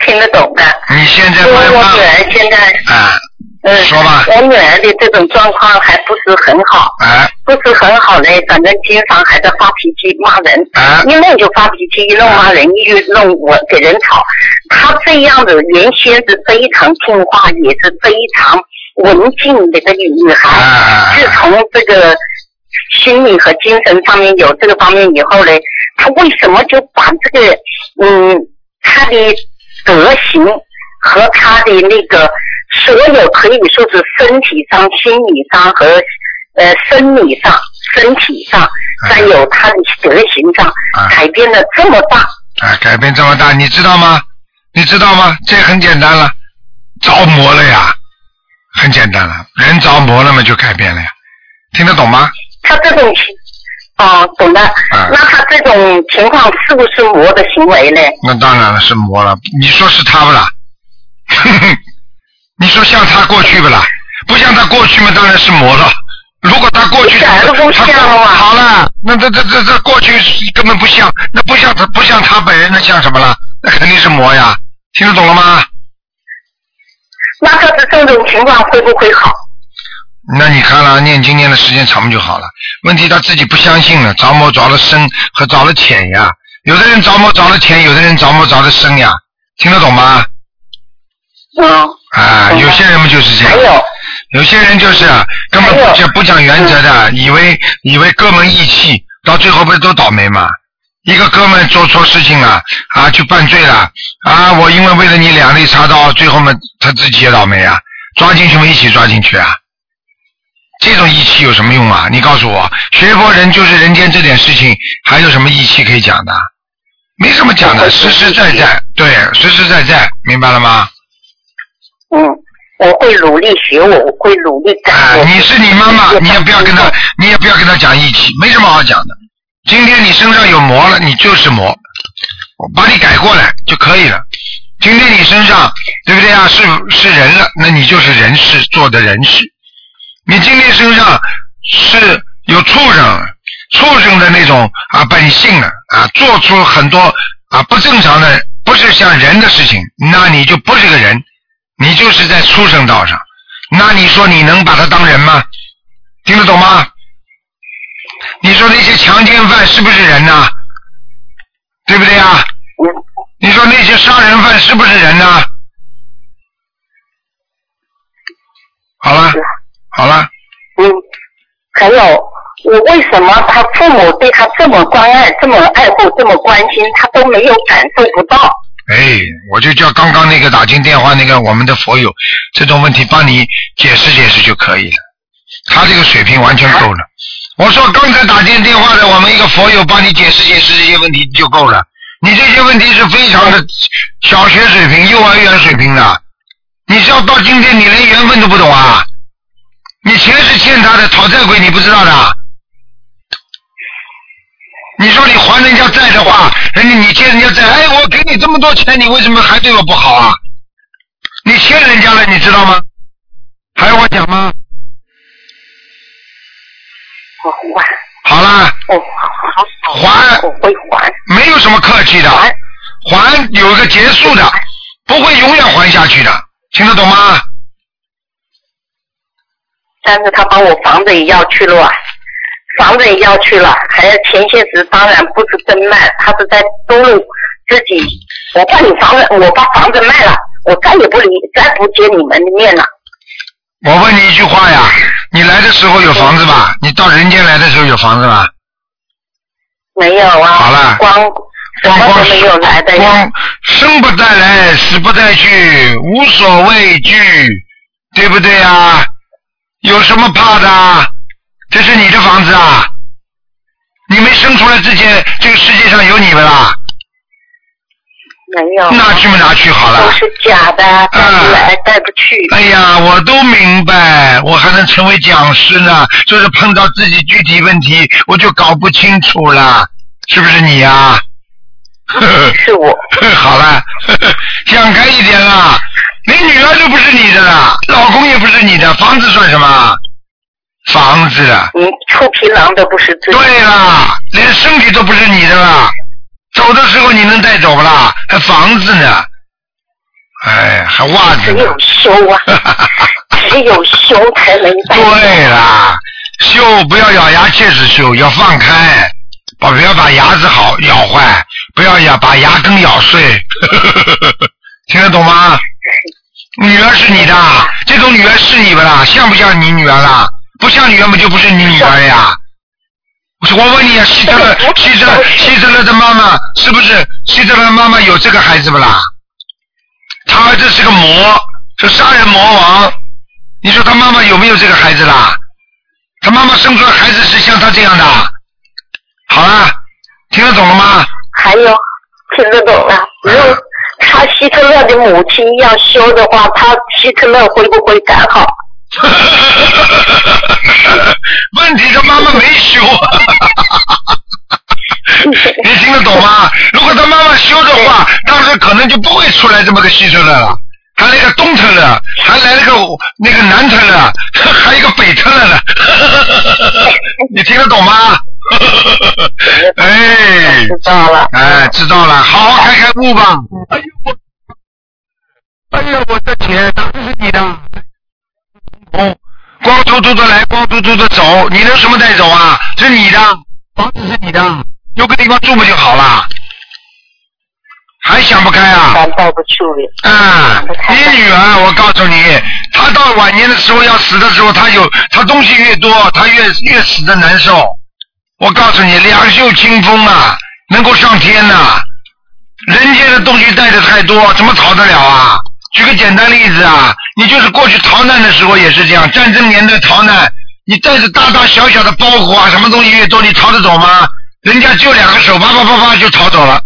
C: 听得懂的，
B: 你现在
C: 因为
B: 慢
C: 我
B: 慢
C: 女儿现在，
B: 啊
C: 嗯，
B: 说吧
C: 我女儿的这种状况还不是很好，
B: 啊
C: 不是很好嘞，反正经常还在发脾气骂人，
B: 啊
C: 一弄就发脾气，一弄骂人，一弄我给人吵。他这样子原先是非常听话，也是非常文静的一个女
B: 啊
C: 孩，
B: 啊
C: 自从这个心理和精神上面有这个方面以后呢，他为什么就把这个嗯他的德行和他的那个所有可以说是身体上、心理上和呃生理上、身体上，再有他的德行上
B: 啊
C: 改变了这么大，
B: 啊！改变这么大，你知道吗？你知道吗？这很简单了，着魔了呀，很简单了，人着魔了嘛就改变了呀，听得懂吗？啊
C: 他这种情哦，懂的。那他这种情况是不是魔的行为呢？
B: 那当然了，是魔了。你说是他不啦？ 你说像他过去不啦？不像他过去嘛，当然是魔了。如果他过去，
C: 一点儿都不像啊
B: 他好了，那这这这这过去根本不像，那不像他不像他本人，那像什么了？那肯定是魔呀！听得懂了吗？
C: 那他的这种情况会不会好？
B: 那你看了、念经念的时间长就好了。问题他自己不相信了，着魔着了深和着了浅呀。有的人着魔着了浅，有的人着魔着了深呀。听得懂吗？
C: 嗯，
B: 啊，有些人嘛就是这样。
C: 还有，
B: 有些人就是啊，根本不
C: 还有
B: 讲不讲原则的，以为以为哥们义气，到最后不是都倒霉吗？一个哥们做错事情了啊，去犯罪了啊，我因为为了你两肋插刀，最后嘛他自己也倒霉啊，抓进去嘛一起抓进去啊。这种义气有什么用啊？你告诉我，学佛人就是人间这点事情，还有什么义气可以讲的？没什么讲的，实实在在，对，实实在在，明白了吗？
C: 嗯，我会努力学我，我会努力改
B: 啊，
C: 我。
B: 你是你妈妈，你也不要跟她，你也不要跟她讲义气，没什么好讲的。今天你身上有魔了，你就是魔，我把你改过来就可以了。今天你身上对不对啊？是是人了，那你就是人事做的人事。你今天身上是有畜生，畜生的那种啊本性了啊，做出很多啊不正常的，不是像人的事情，那你就不是个人，你就是在畜生道上。那你说你能把他当人吗？听得懂吗？你说那些强奸犯是不是人呐、对不对啊？
C: 嗯
B: 你说那些杀人犯是不是人呐、好了，好了，
C: 嗯，还有，我为什么他父母对他这么关爱、这么爱护、这么关心，他都没有感受不到？
B: 哎，我就叫刚刚那个打进电话那个我们的佛友，这种问题帮你解释解释就可以了。他这个水平完全够了。我说刚才打进电话的我们一个佛友帮你解释解释这些问题就够了。你这些问题是非常的小学水平、幼儿园水平的，你知道到今天你连缘分都不懂啊？你钱是欠他的，讨债鬼你不知道的啊。你说你还人家债的话，人家你欠人家债，哎，我给你这么多钱，你为什么还对我不好啊？你欠人家了，你知道吗？还要我讲吗？
C: 我还，
B: 好啦，
C: 我好好
B: 还
C: 我会还
B: 没有什么客气的，
C: 还。
B: 还有个结束的，不会永远还下去的，听得懂吗？
C: 但是他把我房子也要去了啊，房子也要去了，还有前些时当然不是真卖，他是在中路自己，我把你房子，我把房子卖了，我再也不理，再不接你们的面了。
B: 我问你一句话呀，你来的时候有房子吧？你到人间来的时候有房子吧？
C: 没有啊，
B: 好了
C: 光
E: 什么都没有来的呀。
B: 光哦生不带来，死不带去，无所畏惧，对不对啊？有什么怕的啊？这是你的房子啊！你没生出来之前，这个世界上有你们啦，
E: 没
C: 哦
E: 有，
C: 啊
B: 拿去嘛拿去好
E: 都
B: 了。嗯
E: 是假的，带不来带不去。
B: 哎呀，我都明白，我还能成为讲师呢，就是碰到自己具体问题，我就搞不清楚了，是不是你呀、啊？呵呵
E: 是我，
B: 好了，想开一点啦。你女儿就不是你的啦，老公也不是你的，房子算什么？房子了。
E: 你出皮囊都不是自己。
B: 对啦，连身体都不是你的啦，走的时候你能带走不啦？还房子呢？哎，还袜子
E: 只
B: 呢
E: 有。修 啊，只有修才能带。
B: 对啦，修不要咬牙切齿修，要放开，把不要把牙齿好咬坏，不要咬把牙根咬碎， 听得懂吗？女儿是你的，这种女儿是你们啦，像不像你女儿啦？不像女儿嘛就不是你女儿呀。我问你啊，希特勒，希特勒，希特勒的妈妈是不是希特勒的妈妈有这个孩子不啦？他儿子是个魔，是杀人魔王。你说他妈妈有没有这个孩子啦？他妈妈生出来孩子是像他这样的？啊好啦，听得懂了吗？
E: 还有听得懂了？如果他希特勒的母亲要修的话，他希特勒会不会改好？
B: 问题他妈妈没修，你听得懂吗？如果他妈妈修的话，当时可能就不会出来这么个希特勒了，还来个东特勒，还来了个那个南特勒， 还有一个北特勒呢。你听得懂吗？ 哎
E: 知，道了。
B: 哎，知道了，好好开开悟吧。哎呦我，哎呦我的钱，当然是你的。哦，光秃秃的来，光秃秃的走，你能什么带走啊？这是你的，房子是你的，有个地方住不就好了？还想不开啊？
E: 咱带不去了。
B: 啊，你女儿，我告诉你，她到晚年的时候要死的时候，她有她东西越多，她越越死的难受。我告诉你，两袖清风啊，能够上天呐、人间的东西带的太多，怎么逃得了啊？举个简单例子啊，你就是过去逃难的时候也是这样，战争年代逃难，你带着大大小小的包裹啊，什么东西越多，你逃得走吗？人家就两个手，啪啪啪啪就逃走了。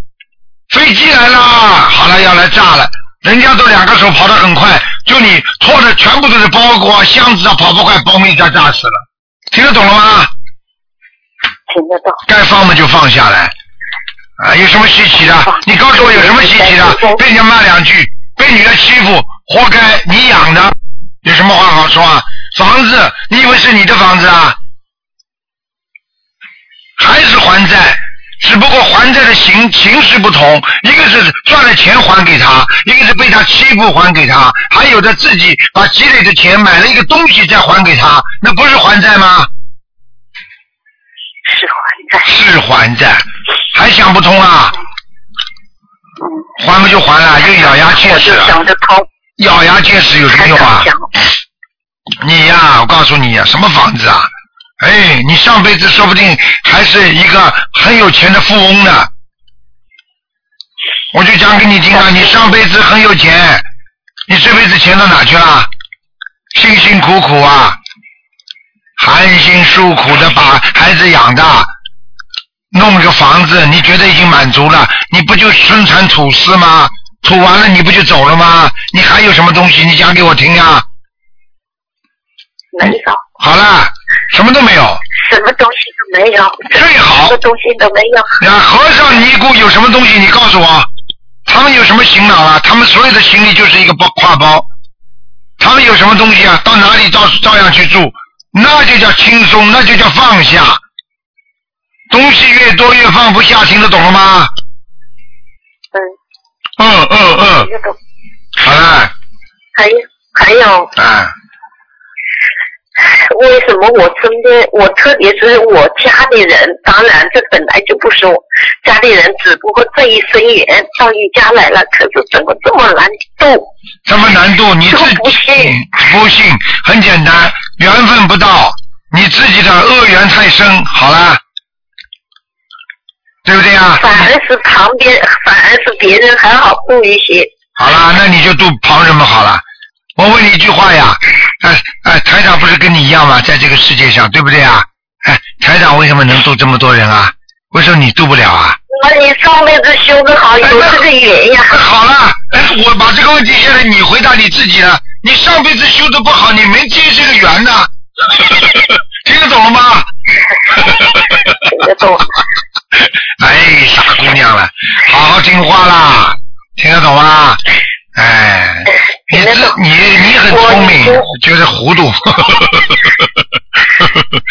B: 飞机来了，好了，要来炸了。人家都两个手跑得很快，就你拖着全部都是包裹、箱子啊，跑不快，嘣一下炸死了。听得懂了吗？
E: 听得懂，
B: 该放嘛就放下来，啊，有什么稀奇的？你告诉我有什么稀奇的？被人家骂两句，被女儿欺负，活该，你养的，有什么话好说啊？房子，你以为是你的房子啊？还是还债，只不过还债的形形式不同，一个是赚了钱还给他，一个是被他欺负还给他，还有的自己把积累的钱买了一个东西再还给他，那不是还债吗？
E: 是还债。
B: 是还债，还想不通啊？还不就还了，又咬牙切
E: 我
B: 齿
E: 就
B: 了，
E: 想得通，
B: 咬牙切齿啊有什么
E: 还
B: 用啊
E: 想？讲，
B: 你呀、我告诉你呀、什么房子啊？哎，你上辈子说不定还是一个很有钱的富翁呢。我就讲给你听啊，你上辈子很有钱，你这辈子钱到哪去了？辛辛苦苦啊，含辛茹苦的把孩子养大，弄个房子，你觉得已经满足了？你不就生产土司吗？土完了你不就走了吗？你还有什么东西？你讲给我听啊呀、
E: 没有，
B: 好了，什么都没有。
E: 什么东西都没有，
B: 最
E: 什
B: 好
E: 么，东西都没有。
B: 那和尚尼姑有什么东西？你告诉我，他们有什么行囊啊？他们所有的行李就是一个包挎包。他们有什么东西啊？到哪里照照样去住，那就叫轻松，那就叫放下。东西越多越放不下，听得懂了吗？
E: 嗯，
B: 嗯嗯嗯
E: 听，得懂。
B: 好了，
E: 还有还有，
B: 哎，
E: 为什么我身边，我特别是我家里人，当然这本来就不是我家里人，只不过这一生也到你家来了，可是怎么这么难度？
B: 什么难度你自己
E: 我 不信
B: 不信？很简单，缘分不到，你自己的恶缘太深。好了。对不对啊？
C: 反而是旁边，反而是别人还好度一些。
B: 好啦，那你就度旁人们好了。我问你一句话呀，哎哎，台长不是跟你一样吗？在这个世界上，对不对啊？哎，台长为什么能度这么多人啊？为什么你度不了啊？
C: 那你上辈子修得好，有这个缘呀。
B: 哎好了，哎，我把这个问题现在你回答你自己了。你上辈子修的不好，你没结这个缘 呐。听得懂了吗？
C: 听得懂。
B: 哎，傻姑娘了，好好听话啦，听得懂吗？哎，你
C: 听得
B: 自
C: 懂
B: 你你很聪明
C: 我，
B: 就是糊涂。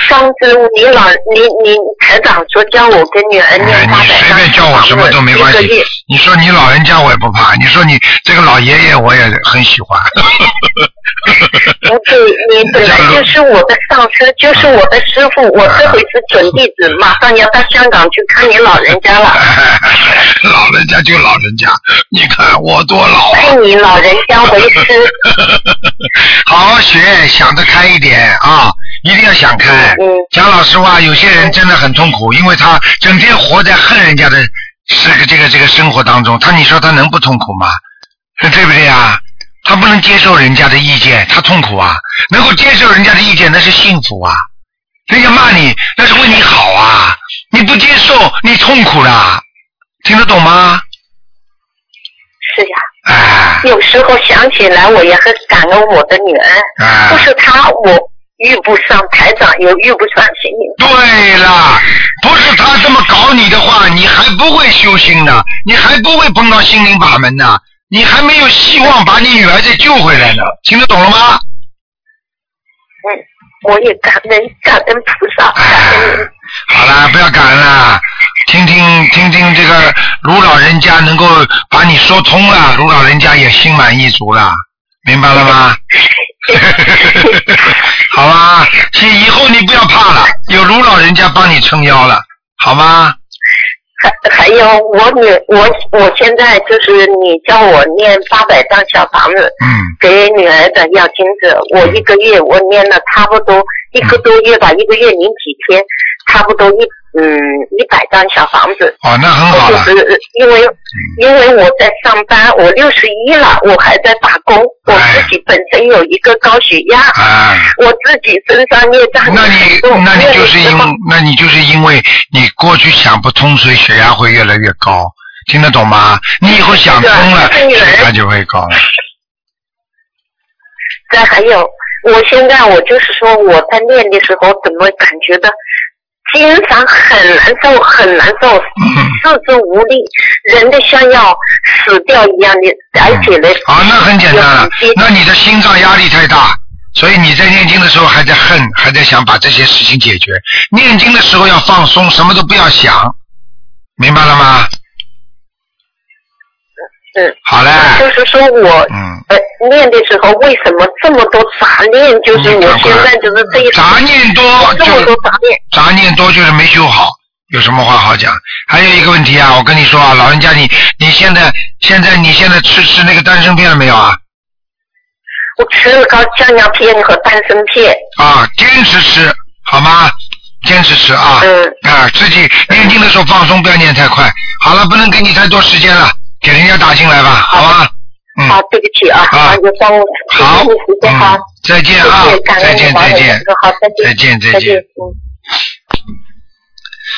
C: 上次你老你你台长说叫我跟女儿
B: 哎
C: 念八
B: 你
C: 百
B: 随
C: 张
B: 便叫我什么都没关
C: 一
B: 系
C: 个月。
B: 你说你老人家我也不怕，你说你这个老爷爷我也很喜欢。
C: 我给你本来呃 就是我的上司，就是我的师傅，我这回是准弟子，马上要到香港去看你老人家了。
B: 老人家就老人家，你看我多老啊！
C: 拜你老人家为 师，
B: 好好学，想得开一点啊，一定要想开。
C: 嗯
B: 讲老实话，有些人真的很痛苦，因为他整天活在恨人家的这个这个这个生活当中，他你说他能不痛苦吗？对不对啊？他不能接受人家的意见，他痛苦啊。能够接受人家的意见，那是幸福啊。人家骂你，那是为你好啊。你不接受，你痛苦啦。听得懂吗？
C: 是呀，
B: 哎
C: 有时候想起来我也很感恩我的女儿，
B: 哎
C: 不。是她我遇不上台长，也遇不上心灵。
B: 对了，不是他这么搞你的话，你还不会修心呢，你还不会碰到心灵法门呢，你还没有希望把你女儿再救回来呢，听得懂了吗？
C: 嗯，我也感恩感恩菩萨，感恩 您
B: 好了，不要感恩了，听听听听这个卢老人家能够把你说通了，卢老人家也心满意足了，明白了吗？ 好吧，以以后你不要怕了，有卢老人家帮你撑腰了，好吗？
C: 还还有我女我我现在就是你叫我念八百张小房子
B: 嗯，
C: 给女儿的要金子，我一个月我念了差不多一个多月吧，一个月零几天，差不多一嗯一百张小房子。
B: 哦，那很好
C: 我就
B: 了。嗯
C: 是呃因为因为我在上班，我六十一了，我还在打工，我
B: 哎
C: 自己本身有一个高血压，
B: 啊，
C: 我自己身上孽障
B: 那你
C: 很多
B: 那你就是
C: 念的时候
B: 因那你就是因为你过去想不通，所以血压会越来越高，听得懂吗？你以后想通了，
C: 是的是的
B: 血压就会高了。
C: 再还有，我现在我就是说我在练的时候，怎么感觉到经常很难受，很难受，
B: 嗯
C: 四肢无力，人的像要死掉一样的，而且呢，
B: 嗯好，那很简单了
C: 有很，多
B: 那你的心脏压力太大，所以你在念经的时候还在恨，还在想把这些事情解决。念经的时候要放松，什么都不要想，明白了吗？
C: 嗯，
B: 好嘞，
C: 就是说我。
B: 嗯。
C: 呃，练的时候为什么这么多杂念？就是
B: 你
C: 我
B: 赶快
C: 现在就是这一
B: 杂念多
C: 这
B: 就
C: 么
B: 是
C: 多杂念，
B: 杂念多就是没修好，有什么话好讲？还有一个问题啊，我跟你说啊，老人家你你现在现在你现在吃吃那个丹参片了没有啊？
C: 我吃了高降压片和丹参片，
B: 啊，坚持吃好吗？坚持吃啊、
C: 嗯，
B: 啊，自己念经的时候放松，不要念太快。好了，不能给你太多时间了，给人家打进来吧，好吧？嗯，
C: 好，对不起啊，
B: 啊
C: 啊，又耽误了，
B: 好，
C: 谢谢时间好
B: 嗯，，再见啊
C: 谢谢，感
B: 再
C: 恩
B: 见
C: 你王
B: 再
C: 老师
B: 见，
C: 好，再见，
B: 再见再
C: 再
B: 见
C: 见，。嗯。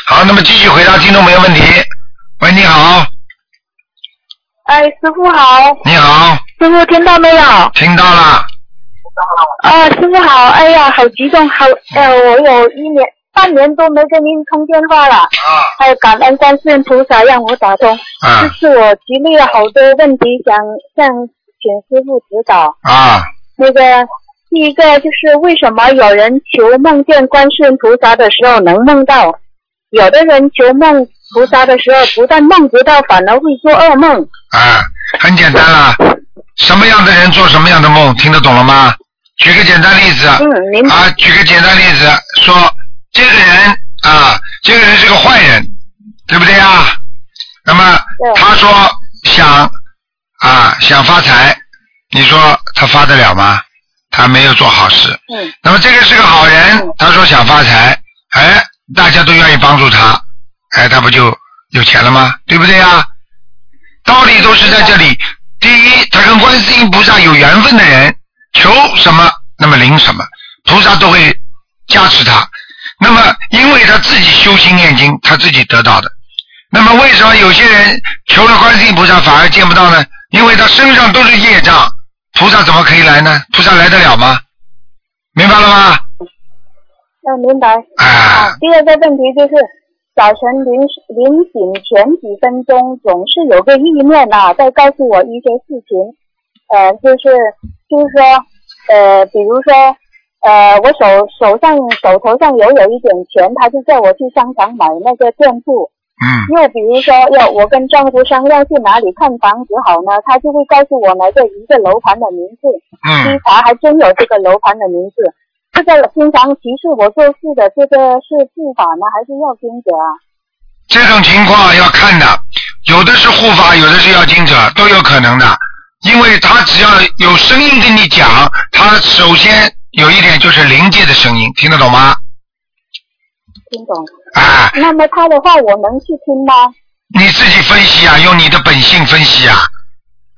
B: 好，那么继续回答听众朋友问题。喂，你好，
F: 哎，师傅好，
B: 你好，
F: 师傅听到没有？
B: 听到了，
F: 啊，师傅好，哎呀，好激动，好，呃，我有一年半年多没跟您通电话了，
B: 啊
F: 还有感恩观世音菩萨让我打通，这
B: 啊
F: 是我经历了好多问题，想向请师傅指导。
B: 啊，
F: 那个第一个就是为什么有人求梦见观世音菩萨的时候能梦到，有的人求梦菩萨的时候不但梦不到，反而会做噩梦。
B: 啊，很简单啦，什么样的人做什么样的梦，听得懂了吗？举个简单例子，
F: 嗯，您
B: 啊，举个简单例子，说这个人啊，这个人是个坏人，对不对啊？那么
F: 对
B: 他说想啊想发财，你说他发得了吗？他没有做好事。
F: 嗯。
B: 那么这个是个好人，他说想发财，哎，大家都愿意帮助他，哎，他不就有钱了吗？对不对啊？道理都是在这里。第一，他跟观世音菩萨有缘分的人，求什么，那么灵什么，菩萨都会加持他。那么，因为他自己修心念经，他自己得到的。那么，为什么有些人求了观世音菩萨反而见不到呢？因为他身上都是业障，菩萨怎么可以来呢？菩萨来得了吗？明白了吗？
C: 那嗯明白。
B: 啊，
C: 第二个问题就是，早晨临临醒前几分钟，总是有个意念呐、在告诉我一些事情，呃，就是就是说，呃，比如说，呃，我手手上手头上有有一点钱，他就叫我去商场买那个店铺。
B: 嗯，
C: 又比如说，要我跟丈夫商量去哪里看房子好呢，他就会告诉我哪个一个楼盘的名字。
B: 嗯
C: 稽查还真有这个楼盘的名字。这个经常提示我做事的这个是护法呢，还是要经者啊？
B: 这种情况要看的，有的是护法，有的是要经者，都有可能的。因为他只要有声音跟你讲，他首先有一点就是灵界的声音，听得懂吗？
C: 听懂？
B: 啊，
C: 那么他的话我能去听吗？
B: 你自己分析啊，用你的本性分析啊。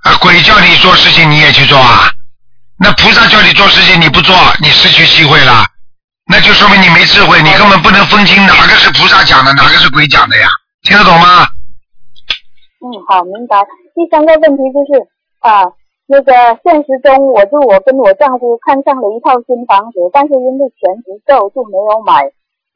B: 啊，鬼叫你做事情你也去做啊，那菩萨叫你做事情你不做，你失去机会了，那就说明你没智慧，你根本不能分清哪个是菩萨讲的，哪个是鬼讲的呀，听得懂吗？
C: 嗯，好，明白。第三个问题就是啊，那个现实中，我就我跟我丈夫看上了一套新房子，但是因为钱不够就没有买。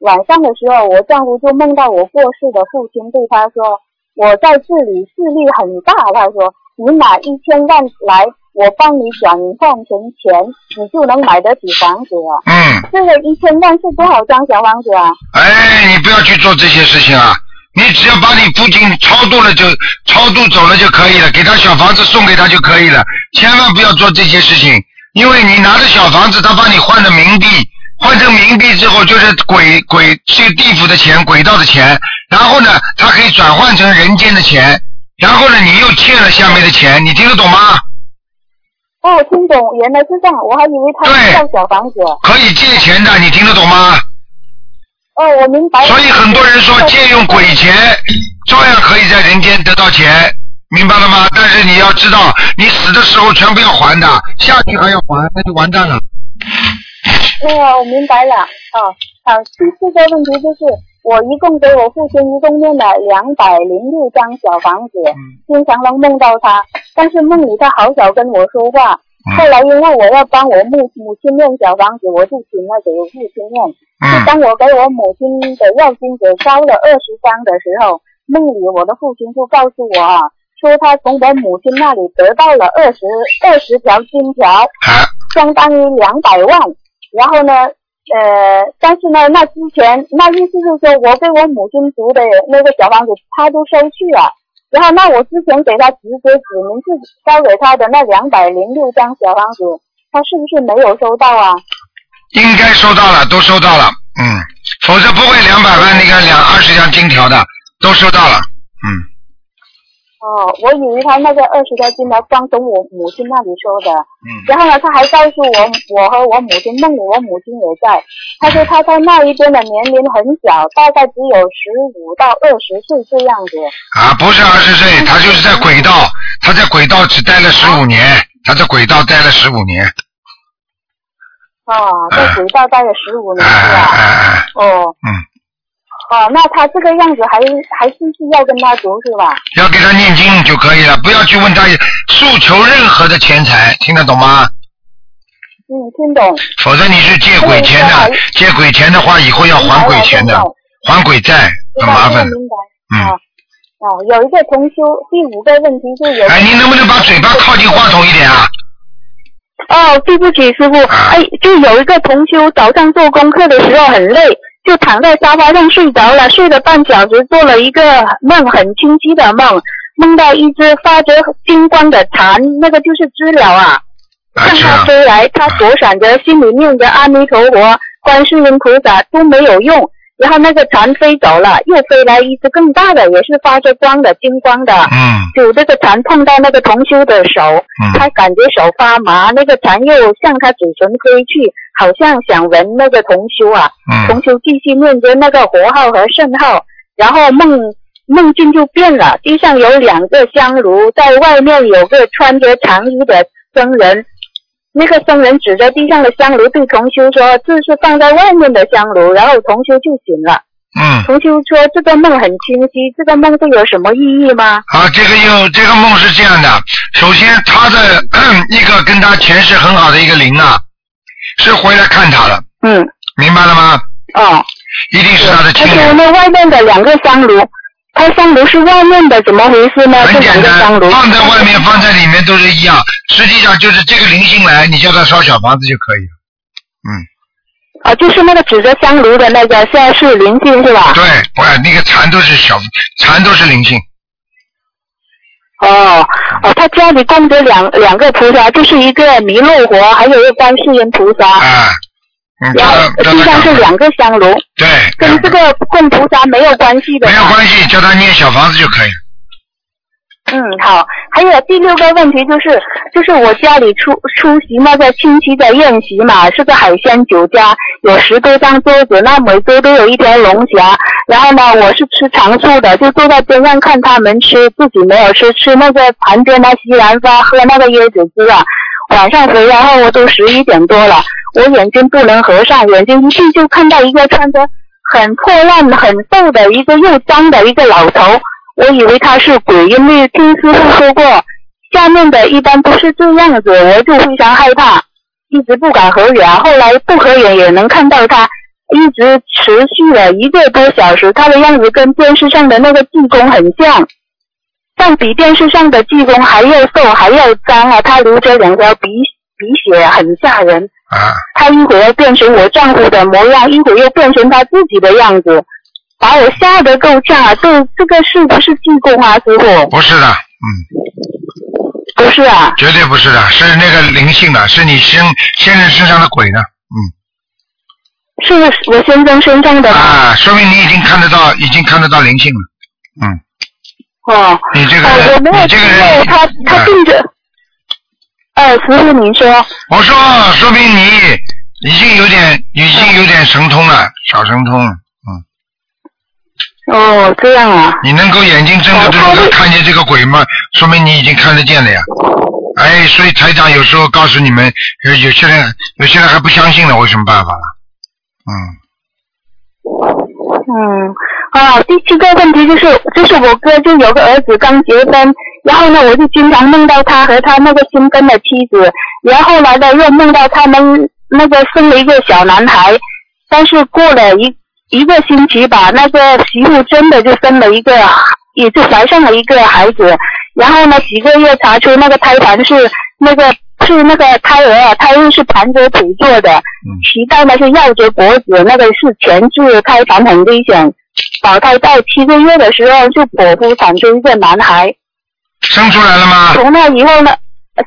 C: 晚上的时候，我丈夫就梦到我过世的父亲对他说：“我在这里势力很大。”他说：“你拿一千万来，我帮你转换成钱，你就能买得起房子了。
B: 嗯。”
C: 这个一千万是多少张小房子啊？
B: 哎，你不要去做这些事情啊！你只要把你父亲超度了就超度走了就可以了，给他小房子送给他就可以了，千万不要做这些事情，因为你拿着小房子，他把你换了冥币，换成冥币之后就是鬼鬼去地府的钱、鬼道的钱，然后呢，他可以转换成人间的钱，然后呢，你又欠了下面的钱，你听得懂吗？
C: 哦，听懂，原来是这样，我还以为他
B: 对
C: 是造小房子。
B: 可以借钱的，你听得懂吗？
C: 哦，我明白了。哦
B: 所以很多人说
C: 哎
B: 借用鬼钱，照样可以在人间得到钱，明白了吗？但是你要知道，你死的时候全部要还的，下去还要还，那就完蛋了。
C: 对啊，我明白了。啊，好，第四个问题就是，我一共给我父亲一共念了两百零六张小房子，
B: 嗯
C: 经常能梦到他，但是梦里他好少跟我说话。
B: 嗯
C: 后来因为我要帮我母母亲念小房子，我就请他给我父亲念。就
B: 嗯，
C: 当我给我母亲的药金子烧了二十张的时候，梦里我的父亲就告诉我啊，说他从我母亲那里得到了二十二十条金条。
B: 啊，
C: 相当于两百万。然后呢，呃，但是呢，那之前那意思就是说我给我母亲读的那个小房子，他都收去了。然后那我之前给他直接指明自己交给他的那两百零六张小房子，他是不是没有收到啊？
B: 应该收到了，都收到了，嗯，否则不会两百万那个两二十张金条的都收到了，嗯，
C: 哦，我以为他那个二十条金条光从我母亲那里收的。
B: 嗯
C: 然后呢，他还告诉我，我和我母亲梦里我母亲也在。他说他在那一边的年龄很小，大概只有十五到二十岁这样子。
B: 啊，不是二十岁，他就是在轨道，他在轨道只待了十五年，他在轨道待了十五年，
C: 哦，在轨道待了十五
B: 哎
C: 年是啊
B: 哎
C: 吧？
B: 哎哎，
C: 哦，
B: 嗯。
C: 哦，那他这个样子还还继续要跟他读是吧？
B: 要给他念经就可以了，不要去问他诉求任何的钱财，听得懂吗？
C: 嗯，听懂。
B: 否则你是借鬼钱的
C: 哎对，
B: 借鬼钱的话，以后要还鬼钱的
C: 明白了，
B: 还鬼债很
C: 听懂
B: 麻烦。
C: 明
B: 嗯
C: 白。哦，哦，有一个同修，第五个问题就有。
B: 哎，你能不能把嘴巴靠近话筒一点啊？
E: 哦，对不起，师傅，
B: 啊
E: 哎，就有一个同修早上做功课的时候很累，就躺在沙发上睡着了，睡了半小时，做了一个梦，很清晰的梦，梦到一只发着金光的蝉，那个就是知了啊，
B: 啊，
E: 向
B: 这
E: 他
B: 样
E: 飞来，他左闪着，心里念着阿弥陀佛、观世音菩萨都没有用，然后那个蝉飞走了，又飞来一只更大的，也是发着光的金光的，
B: 嗯
E: 就这个蝉碰到那个同修的手。
B: 嗯，
E: 他感觉手发麻，那个蝉又向他嘴唇飞去，好像想闻那个同修啊。
B: 嗯
E: 同修继续念着那个佛号和圣号，然后梦
C: 梦境就变了，地上有两个香炉，在外面有个穿着长衣的僧人，那个僧人指着地上的香炉对同修说：“这是放在外面的香炉。”然后同修就醒了。
B: 嗯，
C: 同修说：“这个梦很清晰，这个梦对有什么意义吗
B: 啊，这个有这个梦是这样的，首先他的 一个跟他前世很好的一个灵啊，是回来看他了，？”
C: 嗯，
B: 明白了吗？
C: 哦，
B: 一定是他的亲
C: 而且
B: 人。
C: 那外面的两个香炉，它香炉是外面的，怎么回事呢？这
B: 很
C: 啊两
B: 简
C: 个香
B: 单
C: 炉，
B: 放在外面放在里面都是一样，实际上就是这个灵性来，你叫他烧小房子就可以了。
C: 啊，就是那个指着香炉的那个，现在是灵性是吧？
B: 对，不然那个蚕都是小蚕都是灵性，
C: 哦，哦，他家里供着两两个菩萨，就是一个弥勒佛，还有一个观世音菩萨，
B: 啊，嗯，
C: 然
B: 叫
C: 后
B: 他叫他
C: 地上
B: 赶
C: 是
B: 快
C: 两个香炉，
B: 对，
C: 跟这个供菩萨没有关系的
B: 没有
C: 吧？
B: 关系，叫他念小房子就可以了。
C: 嗯，好。还有第六个问题就是，就是我家里出出席那个亲戚的宴席嘛，是个海鲜酒家，有十多张桌子，那每桌都有一条龙虾。然后呢，我是吃长素的，就坐在边上看他们吃，自己没有吃，吃那个旁边的西兰花，喝那个椰子汁啊。晚上回来后都十一点多了，我眼睛不能合上，眼睛一闭就看到一个穿着很破烂、很皱的一个又脏的一个老头，我以为他是鬼，因为听师傅说过，下面的一般都是这样子，我就非常害怕，一直不敢合眼。后来不合眼也能看到他，一直持续了一个多小时，他的样子跟电视上的那个济公很像，但比电视上的济公还要瘦，还要脏啊！他流着两条鼻鼻血，很吓人。
B: 啊，
C: 他一会儿又变成我丈夫的模样，一会儿又变成他自己的样子，把我吓得够呛啊！这这个是不是济公啊，师傅？
B: 不是的，嗯，
C: 不是啊，
B: 绝对不是的，是那个灵性的，是你先先生身上的鬼呢，嗯，
C: 是我先生身上的吗？
B: 啊，说明你已经看得到，已经看得到灵性了，嗯，
C: 哦，
B: 你这个
C: 哦，我
B: 人，
C: 没有
B: 你
C: 听
B: 这个
C: 过
B: 人，
C: 他他
B: 啊
C: 定着。哎，师傅您说，
B: 我说，说明你已经有点，已经有点神通了，小神通，嗯，
C: 哦，这样啊，
B: 你能够眼睛睁得
C: 哦
B: 住
C: 他
B: 的
C: 会
B: 看见这个鬼吗？说明你已经看得见了呀。哎，所以台长有时候告诉你们，有有些人有些人还不相信了，我有什么办法了？嗯。
C: 嗯，啊，第七个问题就是，就是我哥就有个儿子刚结婚，然后呢，我就经常梦到他和他那个新婚的妻子，然后后来呢又梦到他们那个生了一个小男孩，但是过了一一个星期吧，那个媳妇真的就生了一个，也就怀上了一个孩子，然后呢，几个月查出那个胎盘是那个是那个胎儿啊，胎孕是盘着腿做的，脐带呢是绕着脖子，那个是前置胎盘，很危险。保胎到七个月的时候就剖腹产出一个男孩，
B: 生出来了吗？
C: 从那以后呢，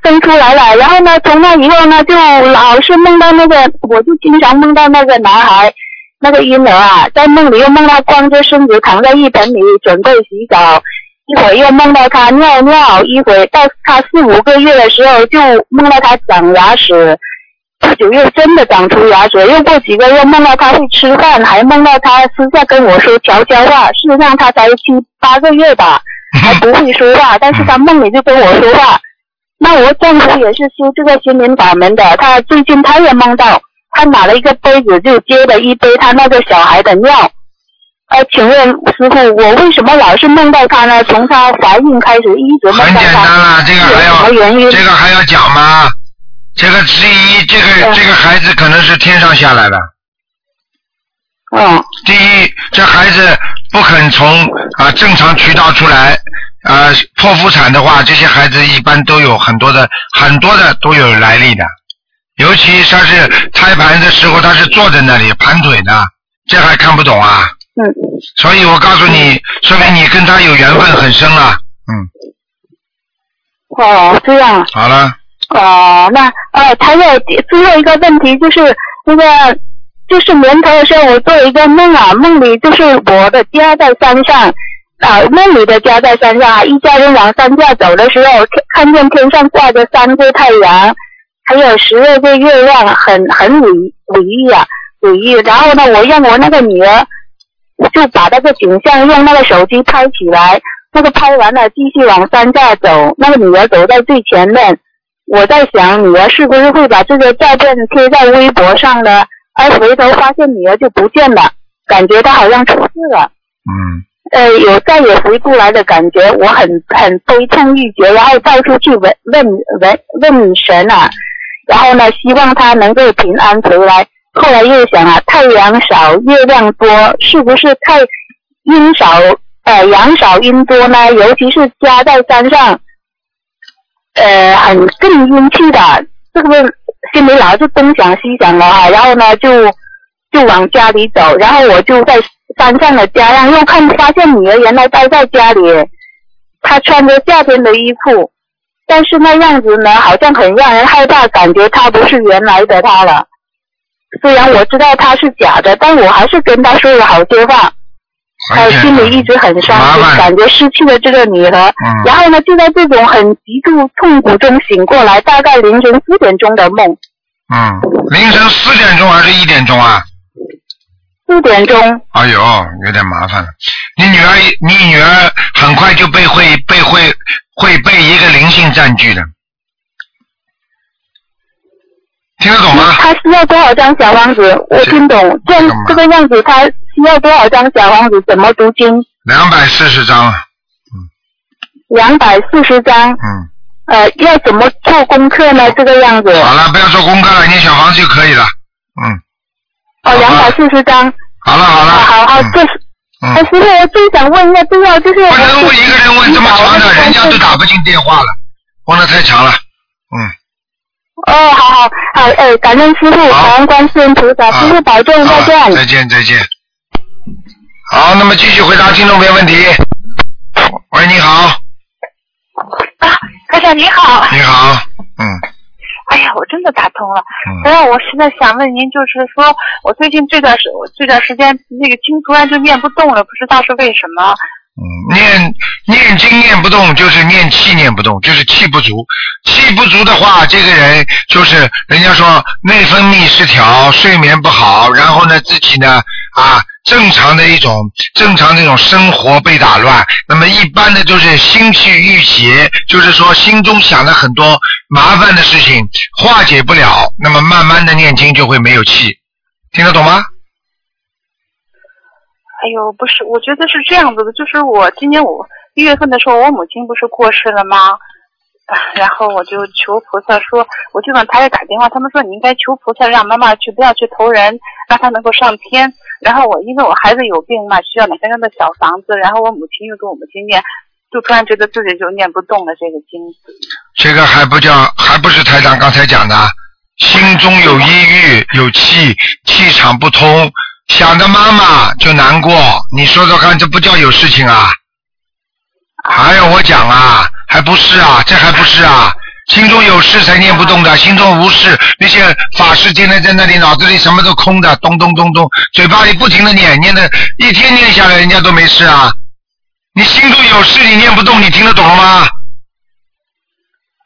C: 生出来了，然后呢，从那以后呢，就老是梦到那个，我就经常梦到那个男孩，那个婴儿啊，在梦里又梦到光着身子躺在浴盆里准备洗澡，一会儿又梦到他尿尿，一会儿到他四五个月的时候就梦到他长牙齿，不久又真的长出牙齿，又过几个月梦到他会吃饭，还梦到他私下跟我说悄悄话，事实上他才七八个月吧。还不会说话，但是他梦里就跟我说话。那我丈夫也是修这个心灵法门的，他最近他也梦到，他拿了一个杯子就接了一杯他那个小孩的尿。呃，请问师傅，我为什么老是梦到他呢？从他怀孕开始一直梦
B: 很
C: 到
B: 简单
C: 他，
B: 啦，这个还
C: 有什
B: 要
C: 么原因？
B: 这个还要讲吗？这个之一，这个
C: 嗯
B: 这个孩子可能是天上下来的。
C: 嗯
B: 第一，这孩子不肯从啊、正常渠道出来，啊剖腹产的话，这些孩子一般都有很多的很多的都有来历的，尤其他是胎盘的时候，他是坐在那里盘腿的，这还看不懂啊？
C: 嗯，
B: 所以我告诉你，说明你跟他有缘分很深了。嗯，
C: 哦，这样。
B: 好了。
C: 哦，那呃，还有最后一个问题就是那个，就是年头的时候，我做了一个梦啊，梦里就是我的家在山上，啊、梦里的家在山上啊，一家人往山下走的时候，看看见天上挂着三个太阳，还有十二个月亮，很很诡诡异啊，诡异。然后呢，我让我那个女儿就把那个景象用那个手机拍起来，那个拍完了继续往山下走，那个女儿走在最前面。我在想，女儿是不是会把这个照片贴在微博上呢？而回头发现女儿就不见了，感觉她好像出事了。
B: 嗯，
C: 呃，有再也回不来的感觉，我很很悲痛欲绝，然后到处去问问问问神啊，然后呢，希望他能够平安回来。后来又想啊，太阳少，月亮多，是不是太阴少？呃，阳少阴多呢？尤其是家在山上，呃，很更阴气的，这个心里老是东想西想了啊，然后呢就就往家里走，然后我就在山上的家让哎又看发现女儿原来待在家里，她穿着夏天的衣服，但是那样子呢好像很让人害怕，感觉她不是原来的她了。虽然我知道她是假的，但我还是跟她说了好些话，
B: 很
C: 呃，
B: 简
C: 心
B: 单
C: 里一直很伤
B: 麻
C: 心，
B: 烦
C: 感觉失去了这个女儿。
B: 嗯，
C: 然后呢，就在这种很极度痛苦中醒过来，大概凌晨四点钟的梦，
B: 嗯，凌晨四点钟还是一点钟啊？
C: 四点钟，
B: 哎呦，有点麻烦了。你女儿，你女儿很快就被会被会会被一个灵性占据的，听得懂吗？
C: 他需要多少张小房子？我听懂，这
B: 这个
C: 样
B: 嘛
C: 这个样子，他需要多少张小房子？怎么读经？
B: 两百四十张，
C: 两百四十张，
B: 嗯，
C: 呃，要怎么做功课呢？这个样子，
B: 哦好了，不要做功课了，你小房子就可以了，嗯，
C: 哦，两
B: 好
C: 百
B: 吧
C: 四十张，
B: 好了好
C: 啊，
B: 了，
C: 好好，这是，
B: 嗯
C: 哎，
B: 嗯，
C: 师傅，我就想问一下，这个就是
B: 不能
C: 我
B: 问一个人问这么长的，人家都打不进电话了，问的太长了，嗯，
C: 哦，好好好，哎，感恩师傅，
B: 好
C: 感恩观世音菩萨，
B: 好
C: 师傅保重，
B: 好
C: 再
B: 了
C: 见。
B: 再见再见。好，那么继续回答听众朋友问题。喂，你好，
G: 台长您好，
B: 你好，嗯
G: 哎呀，我真的打通了。
B: 嗯。
G: 台长，我现在想问您，就是说我最近这段时我这段时间那个经突然就念不动了，不知道是为什么。
B: 嗯，念念经念不动，就是念气念不动，就是气不足。气不足的话，这个人就是人家说内分泌失调，睡眠不好，然后呢自己呢啊正常的一种正常这种生活被打乱。那么一般的就是心气郁结，就是说心中想了很多麻烦的事情，化解不了，那么慢慢的念经就会没有气，听得懂吗？
G: 哎呦，不是，我觉得是这样子的，就是我今年我一月份的时候，我母亲不是过世了吗？ 啊然后我就求菩萨说，我就往台里打电话，他们说你应该求菩萨让妈妈去，不要去投人，让她能够上天。然后我因为我孩子有病嘛，需要两三张的小房子，然后我母亲又给我母亲念，就突然觉得自己就念不动了这个经。
B: 这个还不叫，还不是台长刚才讲的，心中有抑郁，有气，气场不通，想着妈妈就难过。你说说看，这不叫有事情啊？还要我讲啊？还不是啊？这还不是啊？心中有事才念不动的，心中无事，那些法师天天在那里脑子里什么都空的，咚咚咚咚，嘴巴里不停的念，念的一天念下来，人家都没事啊。你心中有事，你念不动，你听得懂了吗？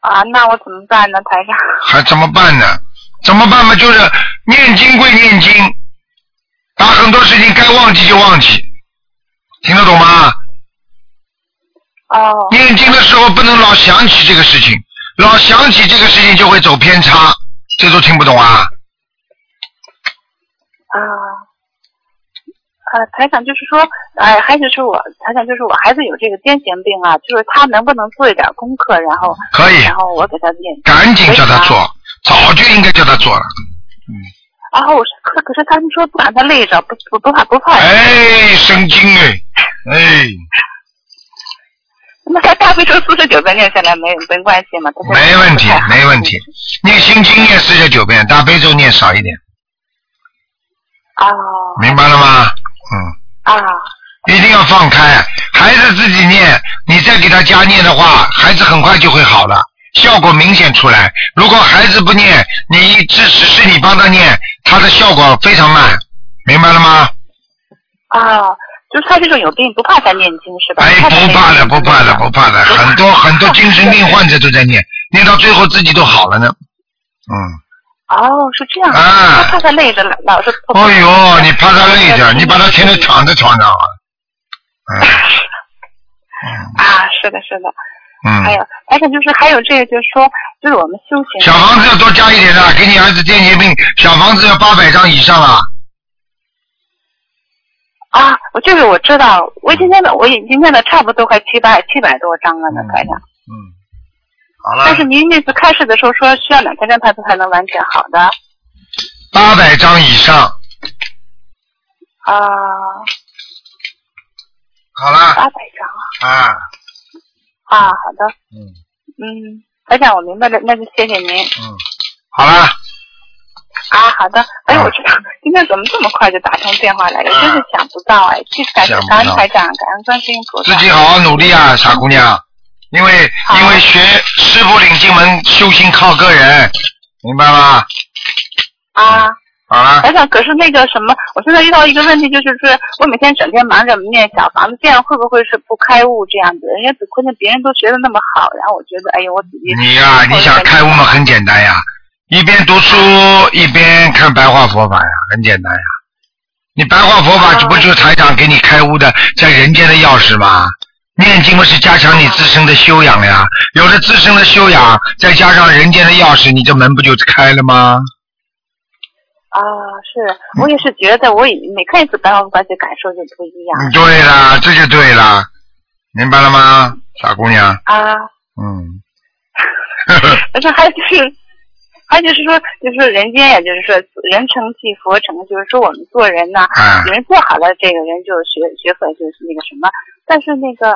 G: 啊，那我怎么办呢，台长？
B: 还怎么办呢？怎么办嘛？就是念经归念经，把很多事情该忘记就忘记，听得懂吗？
G: 哦，
B: 念经的时候不能老想起这个事情，老想起这个事情就会走偏差，这都听不懂啊？
G: 啊，呃，台长就是说，呃，还是说我台长就是我孩子有这个癫痫病啊，就是他能不能做一点功课，然后
B: 可以，
G: 然后我给他念。
B: 赶紧叫他做，早就应该叫他做了。
G: 然后我说，可可是他们说不把他累着，不不不怕不怕。
B: 哎，神经哎，哎，
G: 那他大悲咒四十九遍念下来没没关系吗？他现在
B: 没问题
G: 不太，好
B: 没问题。念心经念四十九遍，大悲咒念少一点，
G: 哦
B: 明白了吗？嗯。
G: 啊，
B: 一定要放开，孩子自己念，你再给他加念的话，孩子很快就会好了，效果明显出来。如果孩子不念，你只只是你帮他念，他的效果非常慢，明白了吗？
G: 啊，就是他这种有病不怕他念经是吧？
B: 哎，
G: 他
B: 不怕的，不怕的，
G: 没
B: 不怕的，很多很多精神病患者都在念，念到最后自己都好了呢。嗯，
G: 哦，是这样。
B: 啊
G: 他怕他累的了，老是破破。
B: 哦呦，你怕他累着，你把他天
G: 嗯
B: 天躺在床上啊。
G: 啊，是的，是的。
B: 嗯
G: 还
B: 嗯，
G: 有，而且就是还有这个，就是说，就是我们修行。
B: 小房子要多加一点的，给你儿子癫痫病，小房子要八百张以上了。
G: 啊，我这个我知道，我已经念的我已经念的差不多快七百七百多张了呢，台长。
B: 嗯，好
G: 但是
B: 了，
G: 您那次开始的时候说需要两千张才才能完全好的
B: 八百张以上，
G: 啊，
B: 好了
G: 八百张
B: 啊，
G: 啊，啊，好的，
B: 嗯
G: 嗯，台长我明白了，那就谢谢您
B: 嗯，好了，
G: 啊，好的，哎
B: 啊
G: 我知道今天怎么这么快就打通电话来了，
B: 啊
G: 真是想不到哎，其实感谢
B: 想不到
G: 感恩台长，感恩观世音菩
B: 自
G: 萨，
B: 己好好努力啊，傻姑娘，因为
G: 嗯好
B: 因为学师傅领进门，修行靠个人，明白吗？
G: 啊。
B: 好 了，
G: 台长，可是那个什么，我现在遇到一个问题，就是说我每天整天忙着念小房子，这样会不会是不开悟这样子？人家只关键别人都学的那么好，然后我觉得，哎呦，我自己
B: 你呀、你想开悟嘛，很简单呀，一边读书一边看白话佛法呀，很简单呀。你白话佛法
G: 哦
B: 不就是台长给你开悟的，在人间的钥匙吗？念经嘛是加强你自身的修养呀，有了自身的修养，再加上人间的钥匙，你这门不就开了吗？
G: 啊，是我也是觉得，我也每看一次白话佛法，就感受就不一样
B: 嗯对啦，这就对啦，明白了吗，傻姑娘？
G: 啊。
B: 嗯，
G: 但是还就是，还就是说，就是说人间，也就是说人成即佛成，就是说我们做人呢、
B: 哎
G: 有，人做好了，这个人就学学会就是那个什么。但是那个，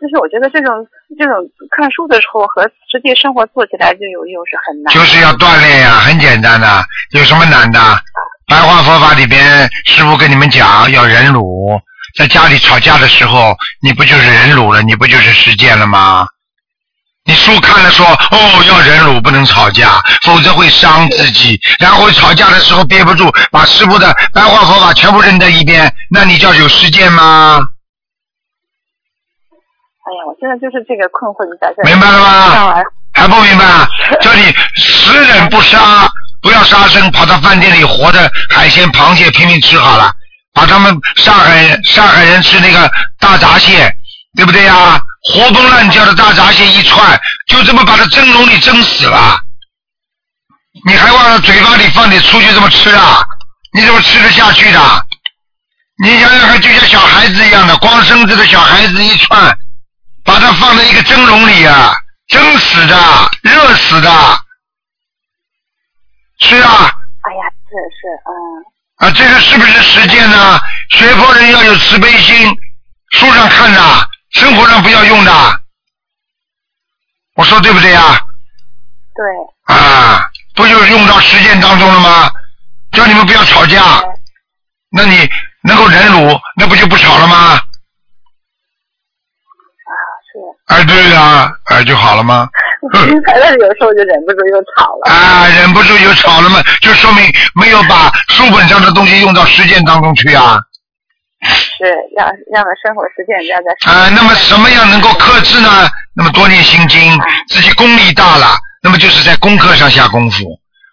G: 就是我觉得这种这种看书的时候和实际生活做起来就有有是很难。
B: 就是要锻炼呀，很简单的，有什么难的？白话佛法里边，师傅跟你们讲要忍辱，在家里吵架的时候，你不就是忍辱了？你不就是实践了吗？你书看了说哦，要忍辱，不能吵架，否则会伤自己。然后吵架的时候憋不住，把师傅的白话佛法全部扔在一边，那你叫有实践吗？
G: 哎呀，我现在就是这个困惑就在这儿。
B: 明白了吗？
G: 上完
B: 还不明白啊？叫你十人不杀，不要杀生，跑到饭店里活的海鲜、螃蟹拼命吃好了，把他们上海人上海人吃那个大闸蟹，对不对呀、活蹦乱跳的大闸蟹一串，就这么把它蒸笼里蒸死了，你还往嘴巴里放点出去这么吃啊？你怎么吃得下去的？你想想看，就像小孩子一样的，光身子的小孩子一串，把它放在一个蒸笼里啊，蒸死的，热死的。是啊，
G: 哎呀，是是，嗯，
B: 啊，这个是不是实践呢？学佛人要有慈悲心，书上看的，生活上不要用的。我说对不对啊？
G: 对，
B: 啊，不就是用到实践当中了吗？叫你们不要吵架，那你能够忍辱，那不就不吵了吗？
G: 是。
B: 哎，对呀、啊，哎就好了吗？
G: 反正有时候就忍不住又吵了。
B: 嗯啊，忍不住就吵了嘛，就说明没有把书本上的东西用到实践当中去啊。
G: 是，让让把生活实践家在
B: 啊，那么什么样能够克制呢？那么多念心经，自己功力大了，那么就是在功课上下功夫。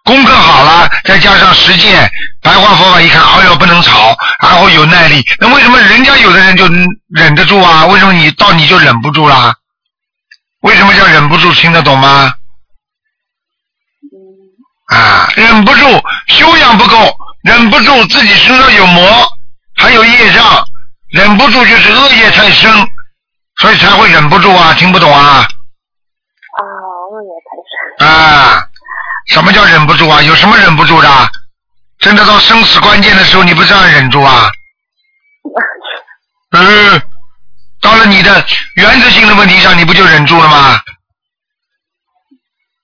B: 功课好了，再加上实践，白话佛法一看，哎呦不能吵，然后有耐力。那为什么人家有的人就忍得住啊？为什么你到你就忍不住啦？为什么叫忍不住？听得懂吗？啊，忍不住，修养不够，忍不住自己身上有魔，还有业障，忍不住就是恶业太深，所以才会忍不住啊，听不懂啊
G: 啊，我也太深。
B: 啊！什么叫忍不住啊？有什么忍不住的？真的到生死关键的时候，你不这样忍住啊？嗯，到了你的原则性的问题上，你不就忍住了吗？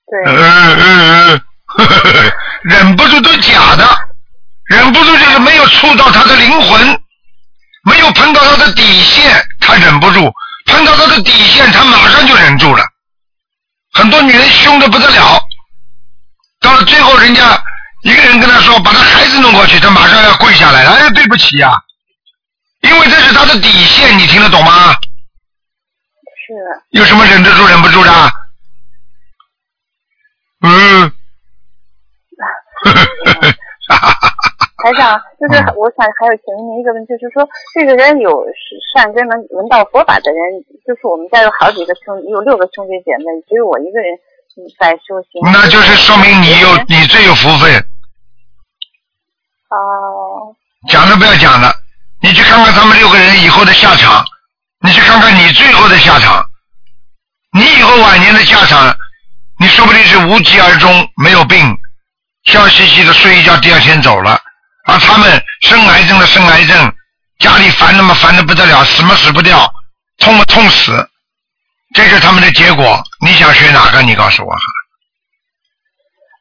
G: 对，
B: 嗯嗯嗯， 呵呵呵忍不住都假的，忍不住就是没有触到他的灵魂，没有碰到他的底线，他忍不住；碰到他的底线，他马上就忍住了。很多女人凶的不得了，到了最后，人家一个人跟他说把他孩子弄过去，他马上要跪下来了，哎，对不起呀、因为这是他的底线，你听得懂吗？
G: 是，
B: 有什么忍得住忍不住的？嗯，嗯
G: 台长，就是我想还有前面的一个问题，就是说这个人有善根能闻到佛法的人，就是我们家有好几个兄，有六个兄弟姐妹，只有我一个人嗯在修行。
B: 那就是说明你有你最有福分，
G: 哦，
B: 讲都不要讲了，你去看看他们六个人以后的下场，你去看看你最后的下场，你以后晚年的下场，你说不定是无疾而终，没有病，笑嘻嘻的睡一觉，第二天走了，而他们生癌症的生癌症，家里烦的嘛烦的不得了，死嘛死不掉，痛嘛痛死，这是他们的结果。你想学哪个？你告诉我。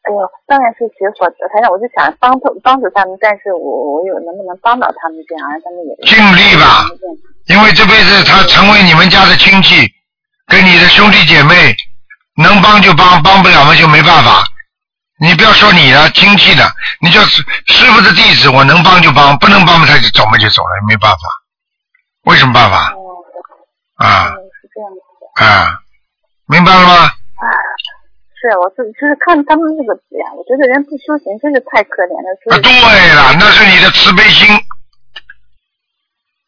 G: 哎呦，当然是学佛的。台长，我就想帮他帮助他们，但是我我有能不能帮到他们这样，让他们也嗯
B: 尽力吧，因为这辈子他成为你们家的亲戚，跟你的兄弟姐妹，能帮就帮，帮不了嘛就没办法。你不要说你的亲戚的，你就是师傅的弟子，我能帮就帮，不能帮嘛他就走嘛就走了，没办法。为什么办法？啊
G: 哦嗯是这样子的。
B: 啊，明白了吗？
G: 是啊我是就是看他们那个，哎呀，我觉得人不修行真是太可怜了。所
B: 啊，
G: 以
B: 对了，那是你的慈悲心，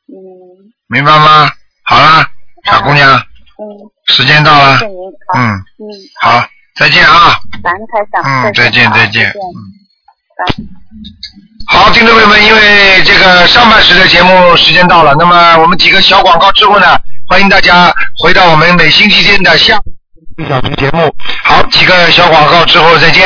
G: 嗯
B: 明白吗？好啦，小姑娘，
G: 嗯，
B: 时间到
G: 谢
B: 了
G: 谢，您啊，
B: 嗯，
G: 嗯，
B: 好，再见啊。
G: 感恩台长，
B: 嗯，再见
G: 见啊
B: 再
G: 再
B: 见。嗯。好，听众朋友们，因为这个上半时的节目时间到了，那么我们几个小广告之后呢，欢迎大家回到我们每星期天的下一小时节目。好，几个小广告之后再见。